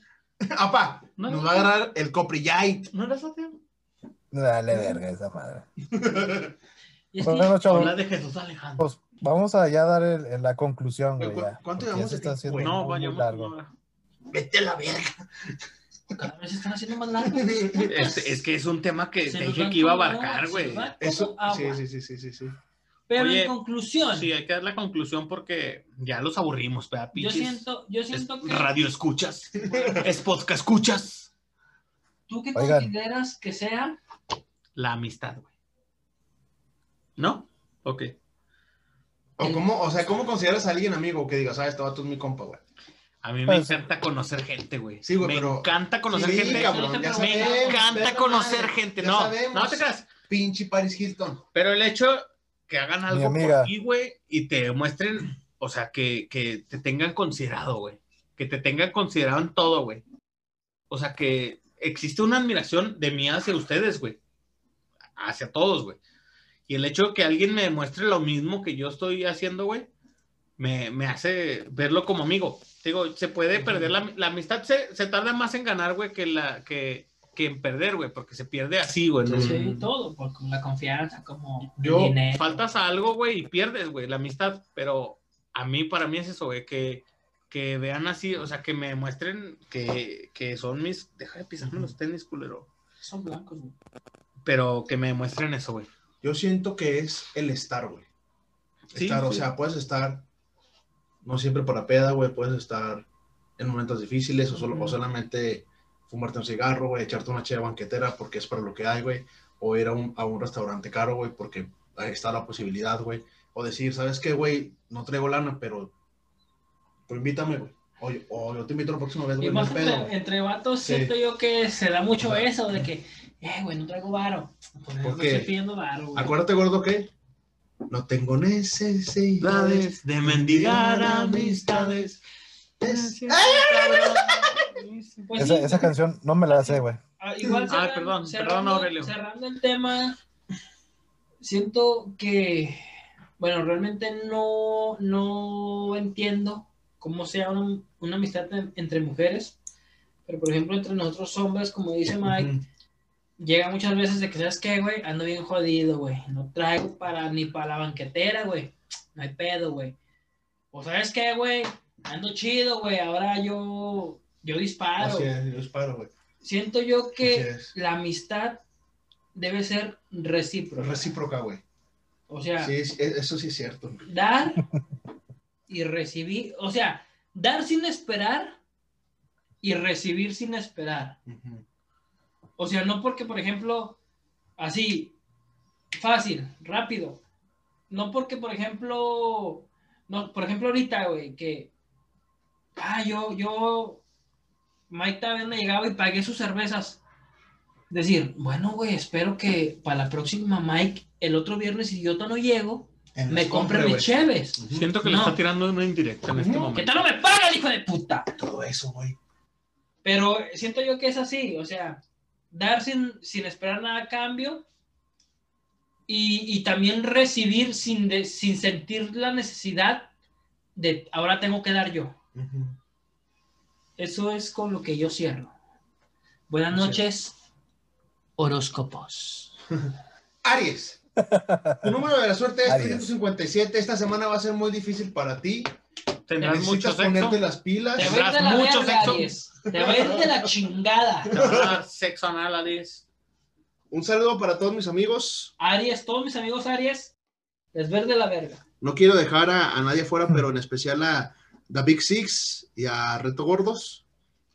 E: Apa,
D: No,
E: nos
D: no.
E: va a agarrar el copyright.
D: ¿No era Sateo?
A: Dale verga esa madre.
C: Y
A: Pues
C: es que-
A: bueno, chavos,
D: La de Jesús Alejandro.
A: pues vamos a ya dar el- el- la conclusión, güey.
E: Güey,
A: ya,
E: ¿cu-
A: porque
E: cuánto
A: ya
E: llevamos
A: se
E: de
A: está
E: tiempo,
A: haciendo
E: güey?
A: muy,
D: No,
A: muy
D: vayamos.
A: largo.
E: Vete a la verga.
C: Cada vez se están haciendo más largos.
D: Es, es que es un tema que
C: Se
D: te
C: nos
D: dije
C: van
D: que iba a
C: como-
D: abarcar,
C: se
D: güey.
C: nos van como
E: Eso,
C: agua.
E: sí, sí, sí, sí, sí, sí.
C: Pero
D: Oye,
C: en conclusión,
D: Sí, hay que dar la conclusión porque ya los aburrimos, ¿verdad,
C: yo
D: pinches?
C: siento, yo
D: Es
C: siento que
D: radio escuchas. es podcast escuchas.
C: tú que
A: Oigan.
C: consideras que sea,
D: La amistad, güey. ¿No? Ok.
E: O, cómo, o sea, ¿cómo consideras a alguien amigo que digas, ah, este vato es mi compa, güey?
D: A mí
A: Pues-
D: me encanta conocer gente, güey.
E: Sí, güey,
D: Me
E: pero-
D: encanta conocer
E: Sí,
D: gente.
E: cabrón,
C: Me
E: ya
D: me
E: sabemos,
D: encanta
E: perra
D: conocer
E: madre,
D: gente.
E: ya
D: No,
E: sabemos.
D: no te creas.
E: Pinche Paris Hilton.
D: Pero el hecho que hagan algo
A: amiga.
D: por ti, güey, y te muestren, o sea, que, que te tengan considerado, güey. Que te tengan considerado en todo, güey. O sea, que existe una admiración de mí hacia ustedes, güey. Hacia todos, güey. Y el hecho de que alguien me demuestre lo mismo que yo estoy haciendo, güey, me, me hace verlo como amigo. Te Digo, se puede perder la, la amistad, se, se tarda más en ganar, güey, que, la, que, que en perder, güey, porque se pierde así, güey. ¿no?
E: Sí.
C: sí, todo, por- como la confianza, como el
E: Yo-
C: dinero.
D: faltas a algo, güey, y pierdes, güey, la amistad. Pero a mí, para mí es eso, güey, que, que vean así, o sea, que me muestren que, que son mis. Deja de pisarme los tenis, culero.
C: Son blancos, güey.
D: Pero que me muestren eso, güey.
E: Yo siento que es el estar, güey.
D: Sí,
E: estar, o
D: sí.
E: sea, puedes estar no siempre para peda, güey, puedes estar en momentos difíciles o, solo, o solamente fumarte un cigarro, güey, echarte una chela banquetera porque es para lo que hay, güey, o ir a un, a un restaurante caro, güey, porque ahí está la posibilidad, güey, o decir, ¿sabes qué, güey? No traigo lana, pero pues invítame, güey, o, yo- o yo te invito la próxima vez,
C: Y
E: güey, no hay
C: más
E: pedo,
C: entre,
E: güey.
C: entre vatos,
E: Sí.
C: siento yo que se da mucho
E: Ajá.
C: eso de que, eh, güey, no traigo varo. Pues,
E: ¿Por
C: me
E: qué?
C: estoy pidiendo varo, güey.
E: Acuérdate, gordo, que no tengo necesidades.
D: De mendigar amistades.
C: Ah, Pues
A: esa,
C: sí,
A: esa canción no me la sé, güey.
C: Ah, igual
D: Ah,
C: cerran-
D: perdón, perdón,
C: cerrando,
D: Aurelio.
C: cerrando el tema, siento que, bueno, realmente no, no entiendo cómo sea una, una amistad en- entre mujeres, pero por ejemplo, entre nosotros hombres, como dice Mike,
E: Ujú.
C: llega muchas veces de que, ¿sabes qué, güey? Ando bien jodido, güey. No traigo para ni para la banquetera, güey. No hay pedo, güey. O ¿sabes qué, güey? Ando chido, güey. Ahora yo, yo disparo.
E: Así es, yo disparo, güey.
C: Siento yo que
E: Así es.
C: la amistad debe ser recíproca.
E: Recíproca, güey.
C: o sea,
E: Sí, es- es- eso sí es cierto.
C: dar y recibir. O sea, dar sin esperar y recibir sin esperar.
E: Ujú.
C: O sea, no porque, por ejemplo, así, fácil, rápido. No porque, por ejemplo, no, por ejemplo, ahorita, güey, que, ah, yo, yo, Mike también me llegaba y pagué sus cervezas. Decir, bueno, güey, espero que para la próxima, Mike, el otro viernes, si yo no llego,
E: En
C: me
E: las
C: compre
E: compras,
C: mis
E: güey.
C: cheves.
D: Siento que le
C: No.
D: está tirando una indirecta en este
E: Ujú.
C: ¿Qué
D: momento.
C: tal no me paga el hijo de puta?
E: Todo eso, güey.
C: Pero siento yo que es así, o sea, dar sin, sin esperar nada a cambio y, y también recibir sin, de- sin sentir la necesidad de ahora tengo que dar yo.
E: Ujú.
C: Eso es con lo que yo cierro. Buenas noches, horóscopos.
E: Aries. Tu número de la suerte es
A: Aries.
E: 357. Esta semana va a ser muy difícil para ti.
D: Tendrás mucho
E: Necesitas
D: sexo.
E: ponerte las pilas.
C: Te va a ir de la
D: mucho
C: verga,
D: sexo.
C: Aries. Te va a ir de la chingada.
D: Te van a dar sexo anal a 10.
E: Un saludo para todos mis amigos.
C: Aries, todos mis amigos Aries, les va a ir de la verga.
E: No quiero dejar a, a nadie fuera, pero en especial a The Big Six y a Reto Gordos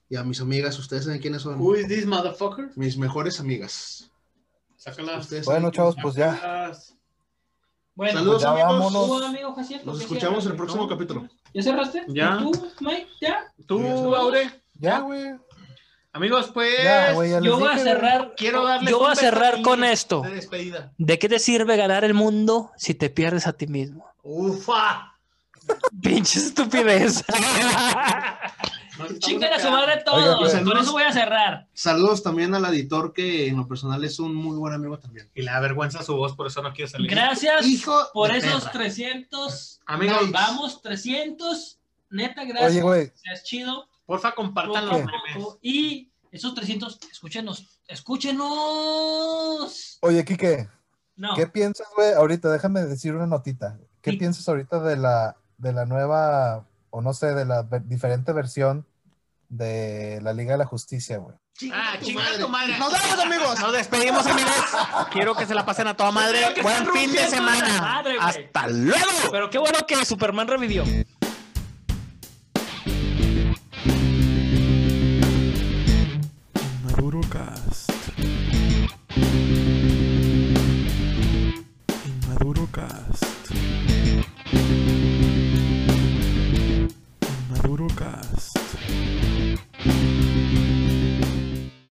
E: y a mis amigas. Ustedes saben quiénes son.
D: Who is this motherfucker?
E: Mis mejores amigas.
D: Sácalas.
E: Ustedes
A: Bueno,
E: saben quiénes
A: chavos,
E: son.
A: pues ya.
D: sácalas.
C: Bueno,
A: pues
E: Saludos,
A: ya
E: amigos.
A: vámonos.
C: tú, amigo Jaciel, ¿por
E: Nos
C: qué
E: escuchamos en
C: cierras?
E: el próximo
C: No.
E: capítulo.
C: ¿Ya cerraste?
D: Ya.
C: ¿Y ¿Tú, Mike? ¿Ya?
D: Tú, Aure.
A: Ya, güey.
D: Amigos, pues.
A: Ya, güey, ya les
C: Yo voy a
A: dije, güey.
C: cerrar.
D: Quiero darles
C: Yo voy
D: un
C: a cerrar
D: beso
C: con
D: de-
C: esto.
D: De despedida.
C: ¿De qué te sirve ganar el mundo si te pierdes a ti mismo?
D: Ufa.
C: Pinche estupidez. Chingan a su madre
A: Oiga,
C: todos.
A: pues,
C: Con eso voy a cerrar.
E: Saludos también al editor, que en lo personal es un muy buen amigo también.
D: Y le da vergüenza su voz, por eso no quiere salir.
C: Gracias
E: Hijo
C: por
E: de
C: esos
E: perra.
C: 300.
D: Amigos,
C: Vamos, 300. Neta,
A: Oye,
C: gracias.
A: güey,
C: Seas chido.
D: porfa, compartan los
C: Poco a
D: memes.
C: poco. Y esos 300, escúchenos. Escúchenos.
A: oye, Quique,
C: No.
A: ¿qué piensas, güey? Ahorita, déjame decir una notita. ¿Qué
C: Sí.
A: piensas ahorita de la, de la nueva, o no sé, de la ve- diferente versión de la Liga de la Justicia, güey?
D: Ah, chinga tu madre.
E: Nos vemos, amigos.
D: Nos despedimos, amigos. Quiero que se la pasen a toda madre.
C: Quiero que
D: Buen
C: se
D: fin de
C: rompieron la
D: semana.
C: madre, güey.
D: Hasta luego.
C: Pero qué bueno que Superman revivió.
K: Inmaduro Cast.